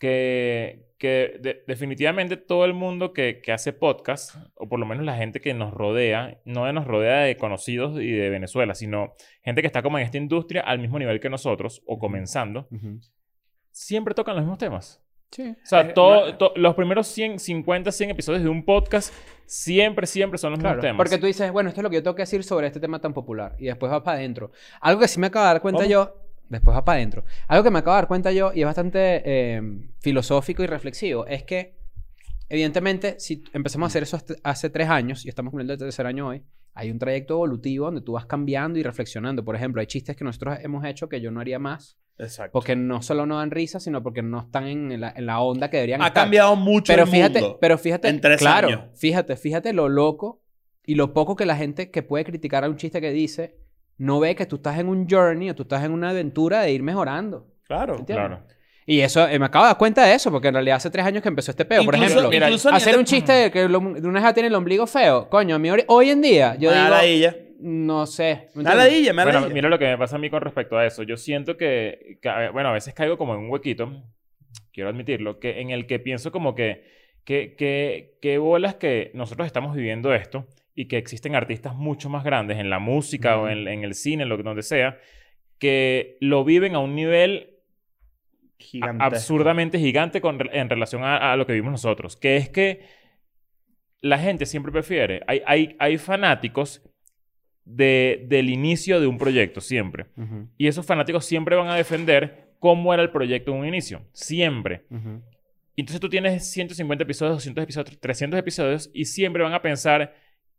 [SPEAKER 2] Que, que de- definitivamente todo el mundo que, que hace podcast, o por lo menos la gente que nos rodea, no nos rodea de conocidos y de Venezuela, sino gente que está como en esta industria al mismo nivel que nosotros, o comenzando,
[SPEAKER 4] Ujú.
[SPEAKER 2] siempre tocan los mismos temas.
[SPEAKER 4] Sí.
[SPEAKER 2] O sea,
[SPEAKER 3] Eh,
[SPEAKER 2] todo,
[SPEAKER 3] no-
[SPEAKER 2] to- los primeros 100, 50, 100 episodios de un podcast siempre, siempre son los
[SPEAKER 4] Claro,
[SPEAKER 2] mismos temas.
[SPEAKER 4] porque tú dices, bueno, esto es lo que yo tengo que decir sobre este tema tan popular. Y después vas para adentro. Algo que sí me acabo de dar cuenta
[SPEAKER 2] ¿Cómo?
[SPEAKER 4] yo, después vas para adentro. Algo que me acabo de dar cuenta yo y es bastante eh, filosófico y reflexivo, es que, evidentemente, si empezamos a hacer eso hasta- hace tres años y estamos cumpliendo el tercer año hoy, hay un trayecto evolutivo donde tú vas cambiando y reflexionando. Por ejemplo, hay chistes que nosotros hemos hecho que yo no haría más,
[SPEAKER 3] Exacto.
[SPEAKER 4] porque no solo no dan risa, sino porque no están en la, en la onda que deberían
[SPEAKER 3] ha
[SPEAKER 4] estar.
[SPEAKER 3] cambiado mucho
[SPEAKER 4] Pero
[SPEAKER 3] el
[SPEAKER 4] fíjate,
[SPEAKER 3] mundo.
[SPEAKER 4] pero fíjate,
[SPEAKER 3] en tres
[SPEAKER 4] claro,
[SPEAKER 3] años.
[SPEAKER 4] fíjate, fíjate lo loco y lo poco que la gente que puede criticar a un chiste que dice no ve que tú estás en un journey o tú estás en una aventura de ir mejorando.
[SPEAKER 3] claro.
[SPEAKER 4] ¿entiendes?
[SPEAKER 2] Claro.
[SPEAKER 4] Y eso, eh, me acabo de dar cuenta de eso, porque en realidad hace tres años que empezó este peo. Por
[SPEAKER 3] Incluso-
[SPEAKER 4] ejemplo,
[SPEAKER 2] mira,
[SPEAKER 3] incluso ni
[SPEAKER 4] hacer
[SPEAKER 3] el-
[SPEAKER 4] un chiste de que lo- de una hija tiene el ombligo feo. Coño, a mí hori- hoy en día, yo
[SPEAKER 3] Me da
[SPEAKER 4] digo,
[SPEAKER 3] ladilla.
[SPEAKER 4] no sé. ¿me
[SPEAKER 3] Me da
[SPEAKER 4] entiendes?
[SPEAKER 3] ladilla, me da
[SPEAKER 2] Bueno,
[SPEAKER 3] ladilla.
[SPEAKER 2] mira lo que me pasa a mí con respecto a eso. Yo siento que, que a- bueno, a veces caigo como en un huequito, quiero admitirlo, que en el que pienso como que, que, que, que bolas que nosotros estamos viviendo esto y que existen artistas mucho más grandes en la música o en, en el cine, en lo que donde sea, que lo viven a un nivel a-
[SPEAKER 3] Gigantesco.
[SPEAKER 2] absurdamente gigante con re- en relación a, a lo que vimos nosotros, que es que la gente siempre prefiere, hay, hay, hay fanáticos de, del inicio de un proyecto, siempre.
[SPEAKER 4] Ujú,
[SPEAKER 2] Y esos fanáticos siempre van a defender cómo era el proyecto en un inicio, siempre.
[SPEAKER 4] ujú.
[SPEAKER 2] Y Entonces tú tienes 150 episodios, 200 episodios, 300 episodios y siempre van a pensar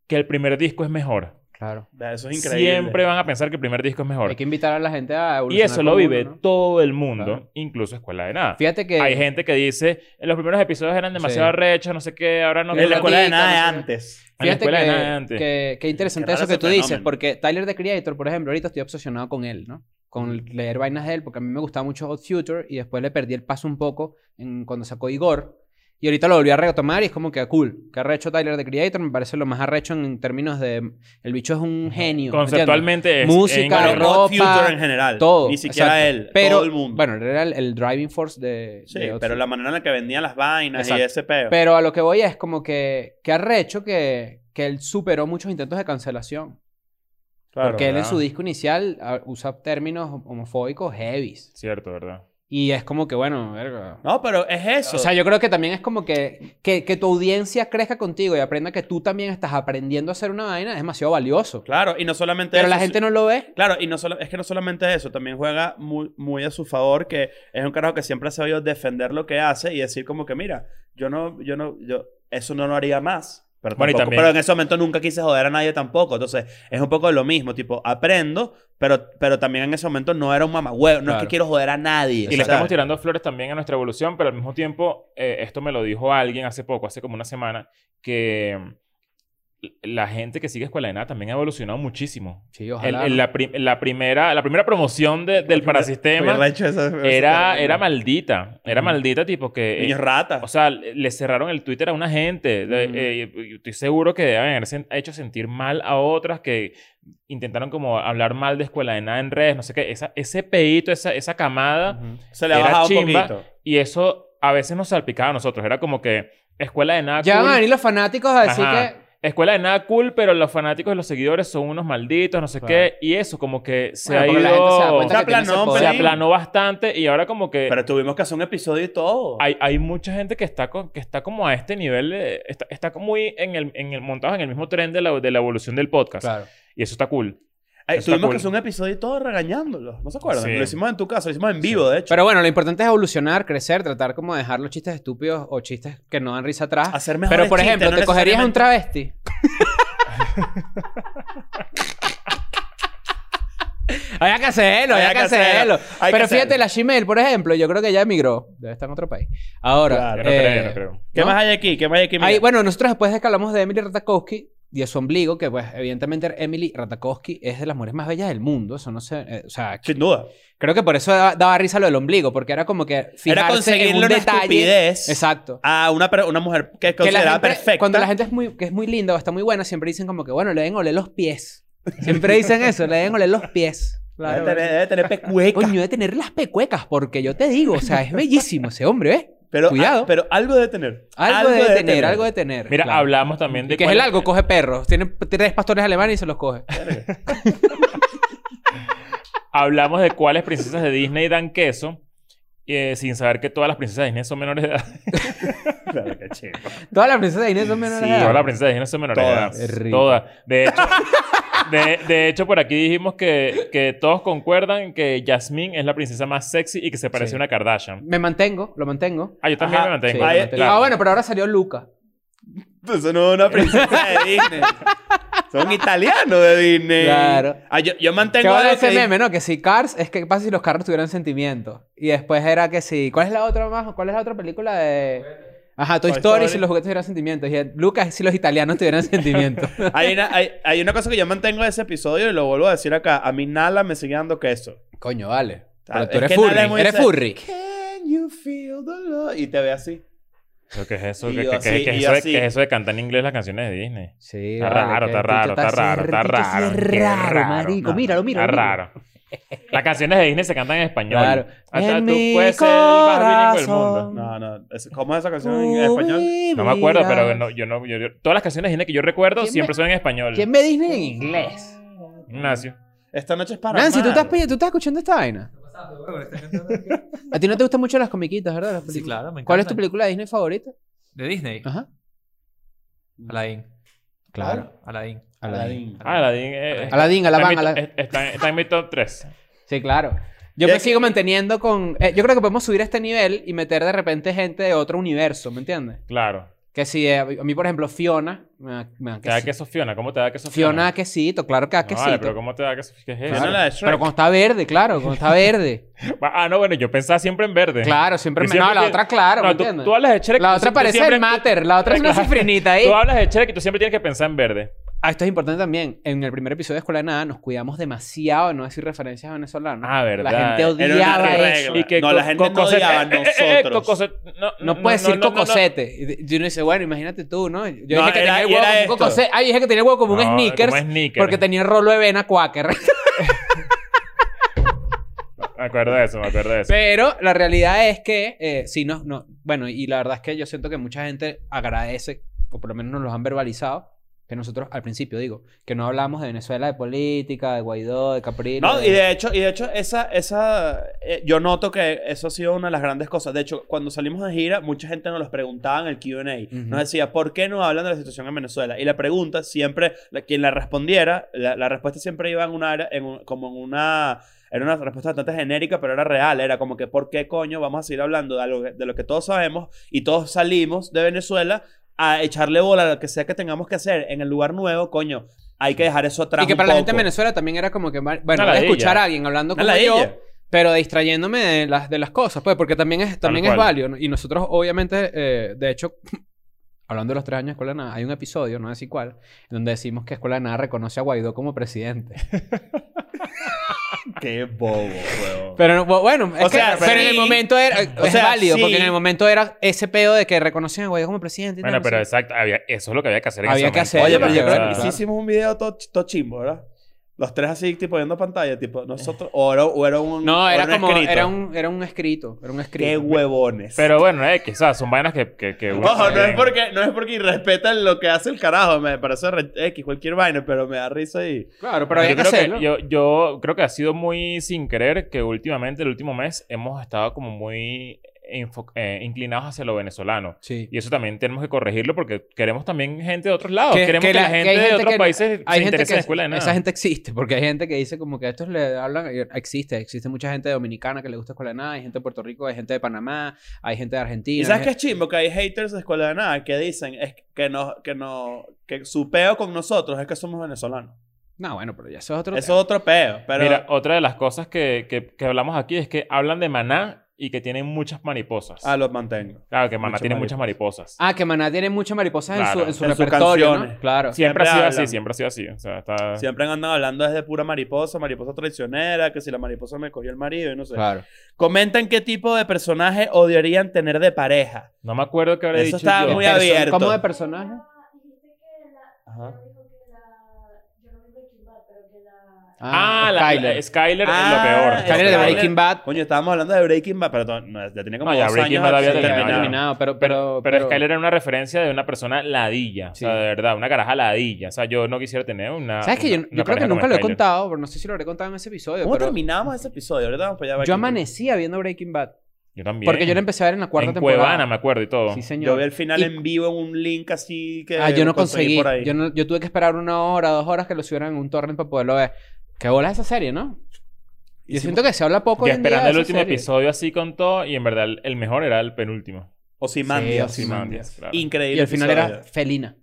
[SPEAKER 2] que el primer disco es mejor.
[SPEAKER 4] Claro.
[SPEAKER 3] Eso es increíble.
[SPEAKER 2] Siempre van a pensar que el primer disco es mejor.
[SPEAKER 4] Hay que invitar a la gente a
[SPEAKER 2] Y
[SPEAKER 4] evolucionar.
[SPEAKER 2] eso lo
[SPEAKER 4] como
[SPEAKER 2] vive
[SPEAKER 4] uno, ¿no?
[SPEAKER 2] todo el mundo,
[SPEAKER 4] Claro.
[SPEAKER 2] incluso Escuela de Nada.
[SPEAKER 4] Fíjate que...
[SPEAKER 2] Hay gente que dice, en los primeros episodios eran demasiado
[SPEAKER 4] Sí.
[SPEAKER 2] arrechos, no sé qué, ahora no...
[SPEAKER 4] Que
[SPEAKER 3] En la
[SPEAKER 4] lo
[SPEAKER 3] escuela de
[SPEAKER 4] pican,
[SPEAKER 3] nada
[SPEAKER 4] no sé.
[SPEAKER 3] antes.
[SPEAKER 2] En la
[SPEAKER 4] Fíjate que,
[SPEAKER 2] escuela de nada antes.
[SPEAKER 4] que- que interesante
[SPEAKER 3] Qué raro
[SPEAKER 4] eso que
[SPEAKER 3] ese
[SPEAKER 4] tú dices,
[SPEAKER 3] fenómeno.
[SPEAKER 4] porque Tyler the Creator, por ejemplo, ahorita estoy obsesionado con él, ¿no?
[SPEAKER 3] Mm.
[SPEAKER 4] Con leer vainas de él, porque a mí me gustaba mucho Odd Future y después le perdí el paso un poco en, cuando sacó Igor. Y ahorita lo volví a retomar y es como que ah, cool. Que arrecho Tyler the Creator, me parece lo más arrecho en, términos de. El bicho es un genio. ¿me
[SPEAKER 2] Conceptualmente es... es
[SPEAKER 4] Música,
[SPEAKER 3] Pero
[SPEAKER 2] increíble.
[SPEAKER 4] rock,
[SPEAKER 3] no
[SPEAKER 4] ropa,
[SPEAKER 3] Future en general.
[SPEAKER 4] entiendes? Todo.
[SPEAKER 3] Ni siquiera
[SPEAKER 4] exacto.
[SPEAKER 3] él.
[SPEAKER 4] Pero,
[SPEAKER 3] todo el mundo.
[SPEAKER 4] Bueno, él era el, el driving force de.
[SPEAKER 3] sí,
[SPEAKER 4] de Odd
[SPEAKER 3] pero la manera en la que vendían las vainas y
[SPEAKER 4] Exacto.
[SPEAKER 3] ese peo.
[SPEAKER 4] Pero a lo que voy es como que, que arrecho que, que él superó muchos intentos de cancelación.
[SPEAKER 3] Claro,
[SPEAKER 4] porque él en
[SPEAKER 2] ¿verdad?
[SPEAKER 4] su disco inicial ah, usa términos hom- homofóbicos heavies.
[SPEAKER 2] Cierto, ¿verdad?
[SPEAKER 4] Y es como que, bueno, verga.
[SPEAKER 3] No, pero es eso.
[SPEAKER 4] O sea, yo creo que también es como que, que, que tu audiencia crezca contigo y aprenda que tú también estás aprendiendo a hacer una vaina, es demasiado valioso.
[SPEAKER 3] claro, y no solamente
[SPEAKER 4] Pero
[SPEAKER 3] eso,
[SPEAKER 4] la
[SPEAKER 3] si-
[SPEAKER 4] gente no lo ve.
[SPEAKER 3] Claro, y no solo, es que no solamente eso, también juega muy, muy a su favor, que es un carajo que siempre ha sabido defender lo que hace y decir como que, mira, yo no, yo no, yo, eso no lo haría más. Pero,
[SPEAKER 2] Bueno, y
[SPEAKER 3] tampoco-
[SPEAKER 2] también-
[SPEAKER 3] pero en ese momento nunca quise joder a nadie tampoco. Entonces, es un poco de lo mismo, tipo, aprendo, pero, pero también en ese momento no era un mamagüeo, no es que
[SPEAKER 4] Claro.
[SPEAKER 3] quiero joder a nadie.
[SPEAKER 2] Y le
[SPEAKER 3] o sea,
[SPEAKER 2] estamos tirando flores también a nuestra evolución, pero al mismo tiempo, eh, esto me lo dijo alguien hace poco, hace como una semana, que la gente que sigue Escuela de Nada también ha evolucionado muchísimo.
[SPEAKER 4] Sí,
[SPEAKER 2] El-
[SPEAKER 4] ojalá.
[SPEAKER 2] el-
[SPEAKER 4] ¿no?
[SPEAKER 2] la, pri- la primera, la primera promoción de- del
[SPEAKER 3] Hubiera
[SPEAKER 2] parasistema
[SPEAKER 3] hecho eso-
[SPEAKER 2] era, era maldita. Era
[SPEAKER 3] Ujú.
[SPEAKER 2] maldita, tipo que. eh,
[SPEAKER 3] Niños ratas.
[SPEAKER 2] O sea, le le cerraron el Twitter a una gente. Le-
[SPEAKER 4] Ujú.
[SPEAKER 2] eh, yo estoy seguro que deben haber sen- hecho sentir mal a otras que intentaron como hablar mal de escuela de nada en redes, no sé qué. Esa, ese peito, esa, esa camada.
[SPEAKER 3] se le ha
[SPEAKER 2] era
[SPEAKER 3] bajado un
[SPEAKER 2] chimba.
[SPEAKER 3] poquito.
[SPEAKER 2] Y eso a veces nos salpicaba a nosotros. Era como que escuela de nada
[SPEAKER 4] Ya van a
[SPEAKER 2] cool.
[SPEAKER 4] venir los fanáticos a decir
[SPEAKER 2] Ajá.
[SPEAKER 4] que.
[SPEAKER 2] Escuela de nada cool, pero los fanáticos y los seguidores son unos malditos, no sé qué. Y eso como que se
[SPEAKER 4] Bueno,
[SPEAKER 2] ha
[SPEAKER 4] porque
[SPEAKER 2] ido...
[SPEAKER 4] la gente se da
[SPEAKER 2] se,
[SPEAKER 4] cuenta
[SPEAKER 3] Se
[SPEAKER 4] que tiene
[SPEAKER 3] aplanó
[SPEAKER 4] ese
[SPEAKER 3] un
[SPEAKER 4] poder.
[SPEAKER 3] pelín.
[SPEAKER 2] aplanó bastante y ahora como que...
[SPEAKER 3] Pero tuvimos que hacer un episodio y todo.
[SPEAKER 2] hay, hay mucha gente que está, con- que está como a este nivel, de- está, está como muy en el, en el, montados en el mismo tren de la, de la evolución del podcast.
[SPEAKER 4] Claro.
[SPEAKER 2] Y eso está cool.
[SPEAKER 3] Ay,
[SPEAKER 2] está
[SPEAKER 3] tuvimos
[SPEAKER 2] cool.
[SPEAKER 3] que hacer un episodio y todo regañándolo. ¿No se acuerdan?
[SPEAKER 2] Sí.
[SPEAKER 3] Lo hicimos en tu casa, lo hicimos en vivo, de hecho.
[SPEAKER 4] Pero bueno, lo importante es evolucionar, crecer, tratar como de dejar los chistes estúpidos o chistes que no dan risa atrás.
[SPEAKER 3] Hacer mejores
[SPEAKER 4] Pero por
[SPEAKER 3] chistes,
[SPEAKER 4] ejemplo,
[SPEAKER 3] no
[SPEAKER 4] ¿te cogerías a un
[SPEAKER 3] necesariamente-
[SPEAKER 4] travesti? Había que hacerlo, había, que hacerlo.
[SPEAKER 3] hay que
[SPEAKER 4] Pero fíjate,
[SPEAKER 3] hacerlo.
[SPEAKER 4] la Gmail, por ejemplo, yo creo que ya emigró. Debe estar en otro país. Ahora,
[SPEAKER 3] Claro.
[SPEAKER 2] Yo no
[SPEAKER 4] eh,
[SPEAKER 2] creo, yo no creo.
[SPEAKER 3] ¿Qué
[SPEAKER 4] ¿no?
[SPEAKER 3] más hay aquí? ¿Qué más hay aquí? Mira,
[SPEAKER 4] Ahí, bueno, nosotros después de que hablamos de Emily Ratajkowski y de su ombligo, que pues evidentemente Emily Ratajkowski es de las mujeres más bellas del mundo, eso no sé, eh, o sea,
[SPEAKER 3] Sin duda.
[SPEAKER 4] creo que por eso daba, daba risa lo del ombligo, porque era como que fijarse
[SPEAKER 3] Era
[SPEAKER 4] en
[SPEAKER 3] conseguirle
[SPEAKER 4] un
[SPEAKER 3] una
[SPEAKER 4] detalle.
[SPEAKER 3] estupidez
[SPEAKER 4] Exacto.
[SPEAKER 3] a una, per- una mujer que
[SPEAKER 4] Que la
[SPEAKER 3] consideraba
[SPEAKER 4] gente-
[SPEAKER 3] perfecta.
[SPEAKER 4] Cuando la gente es muy, que es muy linda o está muy buena, siempre dicen como que, bueno, le deben oler los pies. Siempre dicen eso, le deben oler los pies.
[SPEAKER 3] debe tener, debe tener pecueca.
[SPEAKER 4] Coño, de tener las pecuecas, porque yo te digo, o sea, es bellísimo ese hombre, ¿eh?
[SPEAKER 3] pero,
[SPEAKER 4] cuidado.
[SPEAKER 3] ah, pero algo debe tener.
[SPEAKER 4] Algo, debe tener, algo de tener.
[SPEAKER 2] Mira,
[SPEAKER 4] claro.
[SPEAKER 2] hablamos también de...
[SPEAKER 4] Que es
[SPEAKER 2] cuál-
[SPEAKER 4] el algo, coge perros. Tiene tres pastores alemanes y se los coge.
[SPEAKER 2] Hablamos de cuáles princesas de Disney dan queso. eh, sin saber que todas las princesas de Disney son menores de edad.
[SPEAKER 3] Claro, qué chido.
[SPEAKER 4] Todas las princesas de Inés son menores
[SPEAKER 3] Sí,
[SPEAKER 4] de edad.
[SPEAKER 2] Todas las princesas de Disney son menores
[SPEAKER 3] Todas.
[SPEAKER 2] de
[SPEAKER 4] Es
[SPEAKER 2] edad.
[SPEAKER 4] rico.
[SPEAKER 2] Todas. De hecho, de, de hecho, por aquí dijimos que, que todos concuerdan que Jasmine es la princesa más sexy y que se parece
[SPEAKER 4] Sí.
[SPEAKER 2] a una Kardashian.
[SPEAKER 4] Me mantengo, lo mantengo.
[SPEAKER 2] Ah, yo también
[SPEAKER 3] Ajá,
[SPEAKER 2] me mantengo.
[SPEAKER 4] Sí, lo
[SPEAKER 3] Ahí-
[SPEAKER 4] mantengo.
[SPEAKER 2] claro.
[SPEAKER 4] Ah, bueno, pero ahora salió Luca.
[SPEAKER 3] Eso no es Pues una princesa de Disney. Son italianos de Disney.
[SPEAKER 4] Claro.
[SPEAKER 3] Ah, yo, yo
[SPEAKER 4] Que
[SPEAKER 3] mantengo
[SPEAKER 4] ahora
[SPEAKER 3] algo
[SPEAKER 4] ese
[SPEAKER 3] que di-
[SPEAKER 4] meme, ¿no? Que si Cars, es que pasa si los carros tuvieran sentimientos. Y después era que si. ¿Cuál es la otra más? ¿Cuál es la otra película de.? Ajá, Toy,
[SPEAKER 3] Toy
[SPEAKER 4] Story,
[SPEAKER 3] Story.
[SPEAKER 4] si los juguetes tuvieran sentimientos. Y el- Luca es si los italianos tuvieran sentimientos.
[SPEAKER 3] Hay una, hay, hay una cosa que yo mantengo de ese episodio y lo vuelvo a decir acá. A mí Nala me sigue dando queso.
[SPEAKER 4] Coño, vale.
[SPEAKER 3] Ah,
[SPEAKER 4] Pero tú
[SPEAKER 3] es que nada es
[SPEAKER 4] eres furry.
[SPEAKER 3] muy
[SPEAKER 4] Eres
[SPEAKER 3] sex-
[SPEAKER 4] furry.
[SPEAKER 3] Can you feel the love? Y te ve así.
[SPEAKER 2] Pero ¿Qué es eso?
[SPEAKER 3] Y
[SPEAKER 2] ¿Qué,
[SPEAKER 3] yo
[SPEAKER 2] qué- qué-
[SPEAKER 3] sí,
[SPEAKER 2] qué es
[SPEAKER 3] y
[SPEAKER 2] eso
[SPEAKER 3] yo
[SPEAKER 2] de,
[SPEAKER 3] sí.
[SPEAKER 2] qué es eso de cantar en inglés las canciones de Disney?
[SPEAKER 4] Sí,
[SPEAKER 2] Está
[SPEAKER 4] vale,
[SPEAKER 2] raro,
[SPEAKER 4] que
[SPEAKER 2] está
[SPEAKER 4] el bicho
[SPEAKER 2] raro, está raro,
[SPEAKER 4] así-
[SPEAKER 2] está
[SPEAKER 4] el bicho así
[SPEAKER 2] raro.
[SPEAKER 4] es
[SPEAKER 2] Qué
[SPEAKER 4] raro,
[SPEAKER 2] raro,
[SPEAKER 4] marico.
[SPEAKER 2] no.
[SPEAKER 4] Míralo, míralo.
[SPEAKER 2] Está
[SPEAKER 4] míralo.
[SPEAKER 2] raro. Las canciones de Disney se cantan en español.
[SPEAKER 4] Claro.
[SPEAKER 2] Hasta
[SPEAKER 4] En
[SPEAKER 2] tú
[SPEAKER 4] mi
[SPEAKER 2] puedes ser el más bilingüe del
[SPEAKER 4] corazón.
[SPEAKER 2] mundo.
[SPEAKER 3] No, no. es- ¿Cómo es esa canción en
[SPEAKER 4] Oh,
[SPEAKER 3] español?
[SPEAKER 2] No me acuerdo, pero no- yo no. yo- yo- todas las canciones de Disney que yo recuerdo
[SPEAKER 4] ¿Quién
[SPEAKER 2] siempre
[SPEAKER 4] me-
[SPEAKER 2] son en español.
[SPEAKER 4] ¿Quién ve Disney en inglés?
[SPEAKER 2] Ignacio.
[SPEAKER 3] Esta noche es para
[SPEAKER 4] Nancy, ¿tú
[SPEAKER 3] amar.
[SPEAKER 4] estás, pi- ¿tú estás escuchando esta vaina? A ti no te gustan mucho las comiquitas, ¿verdad? Las
[SPEAKER 5] Sí,
[SPEAKER 4] películas.
[SPEAKER 5] claro, me encanta.
[SPEAKER 4] ¿Cuál es tu Ah. película de Disney favorita?
[SPEAKER 5] De Disney.
[SPEAKER 4] Ajá.
[SPEAKER 5] Aladdin.
[SPEAKER 4] Claro.
[SPEAKER 5] Aladdin.
[SPEAKER 4] Aladdin.
[SPEAKER 2] Ah, Aladdin. eh,
[SPEAKER 5] Aladdin.
[SPEAKER 4] Aladdin,
[SPEAKER 2] está,
[SPEAKER 4] Alabama,
[SPEAKER 2] en mi,
[SPEAKER 4] Ala-
[SPEAKER 2] eh, está- está en mi top 3.
[SPEAKER 4] Sí, claro. Yo
[SPEAKER 3] Ya
[SPEAKER 4] me
[SPEAKER 3] que-
[SPEAKER 4] sigo manteniendo con... eh, yo creo que podemos subir a este nivel y meter de repente gente de otro universo, ¿me entiendes?
[SPEAKER 2] Claro.
[SPEAKER 4] Que si... eh, a mí, por ejemplo, Fiona... Me da, me da
[SPEAKER 2] ¿Te da
[SPEAKER 4] quesito.
[SPEAKER 2] queso Fiona? ¿Cómo te da queso
[SPEAKER 4] Fiona
[SPEAKER 2] Fiona?
[SPEAKER 4] da quesito, claro que da
[SPEAKER 2] No,
[SPEAKER 4] quesito.
[SPEAKER 2] vale, pero ¿cómo te da queso? ¿Qué es eso?
[SPEAKER 3] Fiona la de Shrek.
[SPEAKER 4] pero cuando está verde, claro, cuando está verde.
[SPEAKER 2] Ah, no, bueno, yo pensaba siempre en verde.
[SPEAKER 4] claro, siempre...
[SPEAKER 2] Yo
[SPEAKER 4] me- No,
[SPEAKER 2] siempre
[SPEAKER 4] la
[SPEAKER 2] que-
[SPEAKER 4] otra, claro, ¿me
[SPEAKER 2] No, tú,
[SPEAKER 4] entiendes?
[SPEAKER 2] tú hablas de Shrek.
[SPEAKER 4] La
[SPEAKER 2] tú
[SPEAKER 4] otra
[SPEAKER 2] siempre-
[SPEAKER 4] parece
[SPEAKER 2] siempre-
[SPEAKER 4] el mater, la otra es una
[SPEAKER 2] Claro.
[SPEAKER 4] cifrinita ahí.
[SPEAKER 2] Tú hablas de Shrek y tú siempre tienes que pensar en verde.
[SPEAKER 4] Ah, esto es importante también. En el primer episodio de Escuela de Nada nos cuidamos demasiado de no decir referencias venezolanas.
[SPEAKER 2] Ah, verdad.
[SPEAKER 4] La gente
[SPEAKER 2] Era
[SPEAKER 3] una
[SPEAKER 4] odiaba eso.
[SPEAKER 3] regla. No,
[SPEAKER 2] co-
[SPEAKER 3] la gente no
[SPEAKER 2] cocosete-
[SPEAKER 3] odiaba a
[SPEAKER 2] eh, eh, eh,
[SPEAKER 3] nosotros.
[SPEAKER 2] cocosete- no,
[SPEAKER 4] No, puedes decir
[SPEAKER 2] no, no, no.
[SPEAKER 4] cocosete. Y de- Y uno dice, bueno, imagínate tú, ¿no? Yo
[SPEAKER 3] No,
[SPEAKER 4] dije que
[SPEAKER 3] era-
[SPEAKER 4] tenía el
[SPEAKER 3] y
[SPEAKER 4] huevo
[SPEAKER 3] era
[SPEAKER 4] como un
[SPEAKER 3] esto.
[SPEAKER 4] cocosete. Ah, yo dije que tenía el huevo como un
[SPEAKER 2] No,
[SPEAKER 4] sneakers.
[SPEAKER 2] como un sneaker.
[SPEAKER 4] Porque tenía el rolo de vena quaker.
[SPEAKER 2] Me acuerdo de eso, me acuerdo de eso.
[SPEAKER 4] Pero la realidad es que, eh, sí, no, no. Bueno, y la verdad es que yo siento que mucha gente agradece, o por lo menos nos lo han verbalizado, que nosotros al principio, digo, que no hablamos de Venezuela, de política, de Guaidó, de Caprino.
[SPEAKER 3] No, y de hecho, y de hecho esa, esa, eh, yo noto que eso ha sido una de las grandes cosas. De hecho, cuando salimos de gira, mucha gente nos los preguntaba en el Q&A. Nos decía, ¿por qué no hablan de la situación en Venezuela? Y la pregunta siempre, la- quien la respondiera, la, la respuesta siempre iba en una, área- en un- como en una, era una respuesta bastante genérica, pero era real. Era como que, ¿por qué coño vamos a seguir hablando de, algo que- de lo que todos sabemos y todos salimos de Venezuela a echarle bola a lo que sea que tengamos que hacer en el lugar nuevo, coño? Hay que dejar eso atrás
[SPEAKER 4] Y que
[SPEAKER 3] un
[SPEAKER 4] para la gente en
[SPEAKER 3] poco.
[SPEAKER 4] Venezuela también era como que, bueno,
[SPEAKER 2] Una
[SPEAKER 4] voy a escuchar
[SPEAKER 2] ladilla.
[SPEAKER 4] a alguien hablando
[SPEAKER 3] Una
[SPEAKER 4] como yo,
[SPEAKER 3] ladilla.
[SPEAKER 4] pero distrayéndome de las, de las cosas, pues, porque también es, también es
[SPEAKER 2] cual.
[SPEAKER 4] válido. ¿no? Y nosotros, obviamente, eh, de hecho, hablando de los tres años de Escuela de Nada, hay un episodio, no sé si cuál, en donde decimos que Escuela de Nada reconoce a Guaidó como presidente.
[SPEAKER 3] Qué bobo, weón.
[SPEAKER 4] Pero no, bu- bueno, es
[SPEAKER 3] O
[SPEAKER 4] que-
[SPEAKER 3] sea,
[SPEAKER 4] pero en el
[SPEAKER 3] sí.
[SPEAKER 4] momento era, eh,
[SPEAKER 3] O
[SPEAKER 4] es
[SPEAKER 3] sea,
[SPEAKER 4] válido,
[SPEAKER 3] sí.
[SPEAKER 4] porque en el momento era ese pedo de que reconocían a Guaidó como presidente. y
[SPEAKER 2] Bueno,
[SPEAKER 4] tal,
[SPEAKER 2] pero
[SPEAKER 4] no sé.
[SPEAKER 2] exacto, había- eso es lo que había que hacer en
[SPEAKER 4] Había
[SPEAKER 2] ese
[SPEAKER 4] que
[SPEAKER 2] momento.
[SPEAKER 4] hacer,
[SPEAKER 3] Oye,
[SPEAKER 4] Sí,
[SPEAKER 3] pero yo
[SPEAKER 4] claro,
[SPEAKER 3] creo que
[SPEAKER 4] claro.
[SPEAKER 3] sí hicimos un video todo, ch- todo chimbo, ¿verdad? Los tres así, tipo, viendo pantalla, tipo, nosotros, o era, o era un.
[SPEAKER 4] No,
[SPEAKER 3] o
[SPEAKER 4] era como,
[SPEAKER 3] escrito.
[SPEAKER 4] era un, era un escrito, era un escrito.
[SPEAKER 3] Qué huevones.
[SPEAKER 2] Pero bueno, eh, quizás son vainas que... que, que uno
[SPEAKER 3] Ojo, no
[SPEAKER 2] también-
[SPEAKER 3] es, porque, no es porque irrespetan lo que hace el carajo, me parece re- X, cualquier vaina, pero me da risa y.
[SPEAKER 4] Claro, pero había
[SPEAKER 2] yo
[SPEAKER 4] que
[SPEAKER 2] creo
[SPEAKER 4] hacerlo.
[SPEAKER 2] yo, yo creo que ha sido muy sin querer que últimamente, el último mes, hemos estado como muy info- eh, inclinados hacia lo venezolano.
[SPEAKER 4] Sí.
[SPEAKER 2] Y eso también tenemos que corregirlo porque queremos también gente de otros lados.
[SPEAKER 4] Que-
[SPEAKER 2] queremos que,
[SPEAKER 4] que
[SPEAKER 2] la,
[SPEAKER 4] la- que hay
[SPEAKER 2] gente, de
[SPEAKER 4] gente
[SPEAKER 2] otros
[SPEAKER 4] que-
[SPEAKER 2] países se
[SPEAKER 4] Hay gente
[SPEAKER 2] interese
[SPEAKER 4] que
[SPEAKER 2] en la escuela de nada.
[SPEAKER 4] esa gente existe, porque hay gente que dice como que a estos le hablan, y existe, existe mucha gente dominicana que le gusta escuela de nada, hay gente de Puerto Rico, hay gente de Panamá, hay gente de Argentina.
[SPEAKER 3] ¿Y sabes
[SPEAKER 4] hay
[SPEAKER 3] qué es
[SPEAKER 4] gente-
[SPEAKER 3] chimbo? Que hay haters de escuela de nada que dicen es que no, que no, que su peo con nosotros es que somos venezolanos.
[SPEAKER 4] No, bueno, pero ya eso es otro.
[SPEAKER 3] Eso es otro peo, pero.
[SPEAKER 2] Mira, otra de las cosas que, que, que hablamos aquí es que hablan de maná y que tienen muchas mariposas.
[SPEAKER 3] Ah, los mantengo.
[SPEAKER 2] claro, que maná
[SPEAKER 3] muchas
[SPEAKER 2] tiene muchas mariposas.
[SPEAKER 4] Ah, que Maná tiene muchas mariposas
[SPEAKER 2] Claro.
[SPEAKER 4] en su,
[SPEAKER 3] En
[SPEAKER 4] en
[SPEAKER 3] sus
[SPEAKER 4] su repertorio,
[SPEAKER 3] canciones.
[SPEAKER 4] ¿no? Claro.
[SPEAKER 2] siempre,
[SPEAKER 3] siempre
[SPEAKER 2] ha sido
[SPEAKER 3] hablan.
[SPEAKER 2] así, siempre ha sido así. O sea, está...
[SPEAKER 3] Siempre han andado hablando desde pura mariposa, mariposa traicionera, que si la mariposa me cogió el marido y no sé.
[SPEAKER 4] Claro.
[SPEAKER 3] Comentan qué tipo de personaje odiarían tener de pareja.
[SPEAKER 2] No me acuerdo qué habré dicho
[SPEAKER 3] Eso está
[SPEAKER 2] yo.
[SPEAKER 3] muy
[SPEAKER 4] Perso-
[SPEAKER 3] abierto.
[SPEAKER 4] ¿Cómo Este, de personaje?
[SPEAKER 2] Ah, la,
[SPEAKER 4] Skyler.
[SPEAKER 2] la- Skyler
[SPEAKER 3] Ah,
[SPEAKER 2] es lo peor.
[SPEAKER 4] Skyler de
[SPEAKER 2] Lo peor.
[SPEAKER 4] Breaking Bad.
[SPEAKER 3] Coño, estábamos hablando de Breaking Bad, pero to- no, ya tenía como
[SPEAKER 2] No, ya
[SPEAKER 3] dos
[SPEAKER 2] Breaking
[SPEAKER 3] años
[SPEAKER 2] Bad había
[SPEAKER 3] así
[SPEAKER 4] Sí,
[SPEAKER 2] terminado.
[SPEAKER 4] había
[SPEAKER 3] terminado.
[SPEAKER 4] terminado, pero...
[SPEAKER 2] Pero,
[SPEAKER 4] Pero,
[SPEAKER 2] pero Skyler era una referencia de una persona ladilla. O sea,
[SPEAKER 4] Sí.
[SPEAKER 2] de verdad, una caraja ladilla. O sea, yo no quisiera tener una.
[SPEAKER 4] ¿Sabes que yo,
[SPEAKER 2] una-
[SPEAKER 4] yo
[SPEAKER 2] una
[SPEAKER 4] creo
[SPEAKER 2] pareja
[SPEAKER 4] que
[SPEAKER 2] como
[SPEAKER 4] nunca lo he
[SPEAKER 2] Skyler.
[SPEAKER 4] contado? Pero no sé si lo habré contado en ese episodio.
[SPEAKER 3] ¿Cómo
[SPEAKER 4] pero
[SPEAKER 3] terminamos ese episodio? ¿Verdad? Vamos para allá,
[SPEAKER 4] yo
[SPEAKER 3] Breaking Bad.
[SPEAKER 4] amanecía viendo Breaking Bad.
[SPEAKER 2] Yo también.
[SPEAKER 4] Porque yo lo empecé a ver en la cuarta
[SPEAKER 2] en
[SPEAKER 4] temporada.
[SPEAKER 2] Cuevana, me acuerdo y todo.
[SPEAKER 4] Sí,
[SPEAKER 3] Yo
[SPEAKER 4] señor.
[SPEAKER 3] vi el final
[SPEAKER 4] Y-
[SPEAKER 3] en vivo en un link así que.
[SPEAKER 4] Ah, yo no conseguí.
[SPEAKER 3] por ahí.
[SPEAKER 4] Yo, no- yo tuve que esperar una hora, dos horas que lo subieran en un torrent para poderlo ver. Qué bola esa serie, ¿no? Yo
[SPEAKER 3] Hicimos-
[SPEAKER 4] siento que se habla poco
[SPEAKER 2] Y
[SPEAKER 4] hoy en día
[SPEAKER 2] esperando
[SPEAKER 4] de
[SPEAKER 2] el
[SPEAKER 4] esa
[SPEAKER 2] último
[SPEAKER 4] serie.
[SPEAKER 2] episodio así con todo. Y en verdad, el- el mejor era el penúltimo.
[SPEAKER 3] Ozymandias.
[SPEAKER 2] Ozymandias,
[SPEAKER 4] Sí,
[SPEAKER 3] Ozymandias.
[SPEAKER 2] claro.
[SPEAKER 3] Increíble.
[SPEAKER 4] Y al final era
[SPEAKER 3] episodio.
[SPEAKER 4] Felina.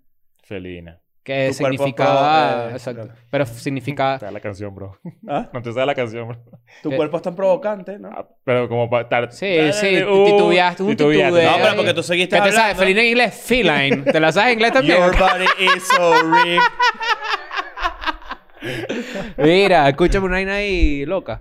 [SPEAKER 2] Felina.
[SPEAKER 4] Que
[SPEAKER 3] Tu cuerpo
[SPEAKER 4] significaba... ah,
[SPEAKER 3] pro- eh,
[SPEAKER 4] exacto.
[SPEAKER 3] claro.
[SPEAKER 4] Pero significaba...
[SPEAKER 2] Está la canción, bro.
[SPEAKER 3] ¿Ah?
[SPEAKER 2] No te sabes la canción, bro.
[SPEAKER 3] Tu
[SPEAKER 4] Eh.
[SPEAKER 3] cuerpo es tan provocante, ¿no?
[SPEAKER 2] Ah, Pero como para estar.
[SPEAKER 4] Sí, sí.
[SPEAKER 2] Uh,
[SPEAKER 4] titubeaste. Un
[SPEAKER 2] titubeaste.
[SPEAKER 4] titubeo.
[SPEAKER 3] No,
[SPEAKER 2] eh,
[SPEAKER 3] pero porque tú
[SPEAKER 4] ¿Qué
[SPEAKER 3] seguiste
[SPEAKER 4] te
[SPEAKER 3] hablando.
[SPEAKER 4] sabes? Felina en inglés. Feline. ¿Te la sabes en inglés también?
[SPEAKER 3] Your body is so ripped.
[SPEAKER 4] Mira, escúchame una vaina ahí loca.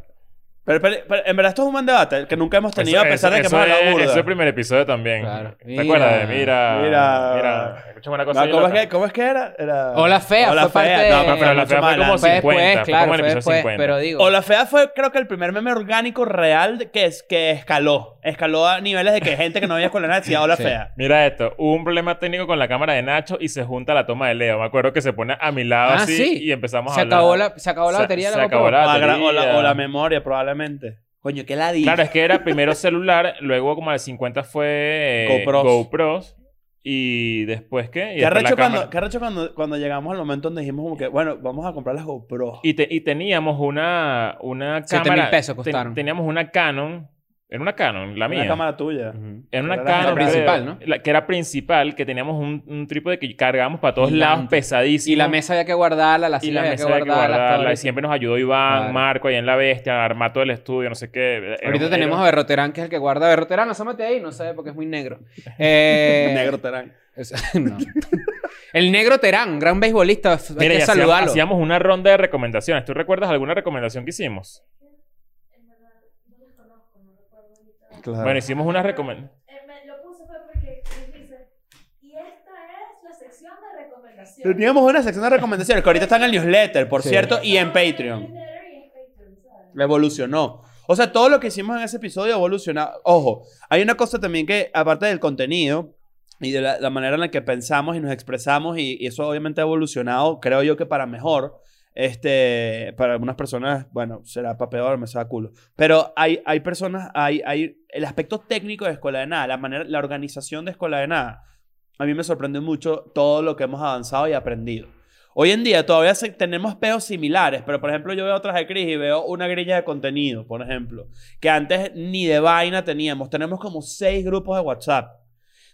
[SPEAKER 3] Pero, pero- pero en verdad esto es un buen debate que nunca hemos tenido a pesar de que
[SPEAKER 2] eso
[SPEAKER 3] hemos hablado burda.
[SPEAKER 2] es, ese primer episodio también.
[SPEAKER 4] Claro.
[SPEAKER 2] ¿Te acuerdas de
[SPEAKER 3] Mira.
[SPEAKER 2] mira?
[SPEAKER 3] Mira.
[SPEAKER 2] Mira. Escuchame una
[SPEAKER 3] No,
[SPEAKER 2] cosa. y
[SPEAKER 3] ¿cómo, es
[SPEAKER 2] otra.
[SPEAKER 3] que, ¿Cómo es que era? era...
[SPEAKER 4] Hola Fea
[SPEAKER 3] Hola
[SPEAKER 4] fue
[SPEAKER 3] Fea.
[SPEAKER 4] parte
[SPEAKER 3] No,
[SPEAKER 4] de-
[SPEAKER 3] pero, pero la
[SPEAKER 2] Mucho
[SPEAKER 3] fea fue
[SPEAKER 2] más
[SPEAKER 3] como
[SPEAKER 2] adelante.
[SPEAKER 3] 50.
[SPEAKER 4] Fue después,
[SPEAKER 2] 50, fue
[SPEAKER 4] claro,
[SPEAKER 2] como el
[SPEAKER 4] fue
[SPEAKER 2] episodio
[SPEAKER 4] después.
[SPEAKER 2] 50.
[SPEAKER 4] Pero digo...
[SPEAKER 3] Hola Fea fue creo que el primer meme orgánico real de- que, es, que escaló. Escaló a niveles de que gente que no había escuela de nada decía Hola
[SPEAKER 4] Sí.
[SPEAKER 3] Fea.
[SPEAKER 2] Mira esto, hubo un problema técnico con la cámara de Nacho y se junta la toma de Leo. Me acuerdo que se pone a mi lado
[SPEAKER 4] Ah,
[SPEAKER 2] así
[SPEAKER 4] sí.
[SPEAKER 2] y empezamos
[SPEAKER 4] se
[SPEAKER 2] a hablar.
[SPEAKER 4] acabó la, se acabó la
[SPEAKER 2] Se-
[SPEAKER 4] batería de
[SPEAKER 2] se
[SPEAKER 4] la
[SPEAKER 2] acabó
[SPEAKER 4] GoPro.
[SPEAKER 2] la-
[SPEAKER 3] O, agra- o la, o la
[SPEAKER 2] Batería.
[SPEAKER 3] memoria probablemente. Coño, qué ladilla.
[SPEAKER 2] Claro, es que era primero celular, luego como al 50 fue eh,
[SPEAKER 3] GoPros.
[SPEAKER 2] GoPros, y después qué? Y después
[SPEAKER 3] ¿Qué
[SPEAKER 2] la
[SPEAKER 3] arrecho, cuando,
[SPEAKER 2] cámara.
[SPEAKER 3] qué arrecho cuando, cuando llegamos al momento donde dijimos como que, bueno, vamos a comprar las GoPro.
[SPEAKER 2] Y, te- y teníamos una, una cámara.
[SPEAKER 4] 7.000 pesos
[SPEAKER 2] ten-
[SPEAKER 4] costaron.
[SPEAKER 2] teníamos una Canon. Era una Canon, la
[SPEAKER 3] Una
[SPEAKER 2] mía.
[SPEAKER 3] cámara tuya.
[SPEAKER 4] Ujú.
[SPEAKER 2] Era una
[SPEAKER 3] Era la
[SPEAKER 2] Canon.
[SPEAKER 3] cámara
[SPEAKER 4] principal,
[SPEAKER 2] creo,
[SPEAKER 4] ¿no?
[SPEAKER 2] la- que era principal, que teníamos un, un trípode que cargábamos para todos
[SPEAKER 4] Gigante.
[SPEAKER 2] lados, pesadísimo.
[SPEAKER 4] Y la mesa había que guardarla, la
[SPEAKER 2] Y
[SPEAKER 4] silla
[SPEAKER 2] la
[SPEAKER 4] había que
[SPEAKER 2] mesa había que guardarla. Y
[SPEAKER 4] guardarla.
[SPEAKER 2] siempre nos ayudó Iván,
[SPEAKER 4] Claro.
[SPEAKER 2] Marco, ahí en La Bestia, armar todo el estudio, no sé qué. Era-
[SPEAKER 4] Ahorita
[SPEAKER 2] era-
[SPEAKER 4] tenemos a Berroterán, que es el que guarda. Berroterán, asómate ahí, no sé, porque es muy negro. Eh,
[SPEAKER 3] Negro Terán.
[SPEAKER 4] es- no. El negro Terán, gran beisbolista. f- Hay
[SPEAKER 2] Mira, y
[SPEAKER 4] que
[SPEAKER 2] hacíamos,
[SPEAKER 4] saludarlo.
[SPEAKER 2] hacíamos una ronda de recomendaciones. ¿Tú recuerdas alguna recomendación que hicimos?
[SPEAKER 3] Claro.
[SPEAKER 2] Bueno, hicimos una recomendación.
[SPEAKER 7] Eh, me lo puse fue porque dice, y esta es la sección de recomendaciones.
[SPEAKER 3] Teníamos una sección de recomendaciones que ahorita está en el newsletter, por
[SPEAKER 4] Sí.
[SPEAKER 3] cierto, y en
[SPEAKER 7] Estaba el
[SPEAKER 3] Patreon.
[SPEAKER 7] newsletter y en Patreon, ¿sabes?
[SPEAKER 3] Evolucionó. O sea, todo lo que hicimos en ese episodio evolucionó. Ojo, hay una cosa también que, aparte del contenido y de la, la manera en la que pensamos y nos expresamos, y, y eso obviamente ha evolucionado, creo yo que para mejor. Este, para algunas personas, bueno, será para peor, me será culo. Pero hay, hay personas, hay, hay el aspecto técnico de Escuela de Nada, la manera, la organización de Escuela de Nada. A mí me sorprende mucho todo lo que hemos avanzado y aprendido. Hoy en día todavía se- tenemos peos similares, pero por ejemplo yo veo otras de Cris y veo una grilla de contenido, por ejemplo, que antes ni de vaina teníamos. Tenemos como seis grupos de WhatsApp.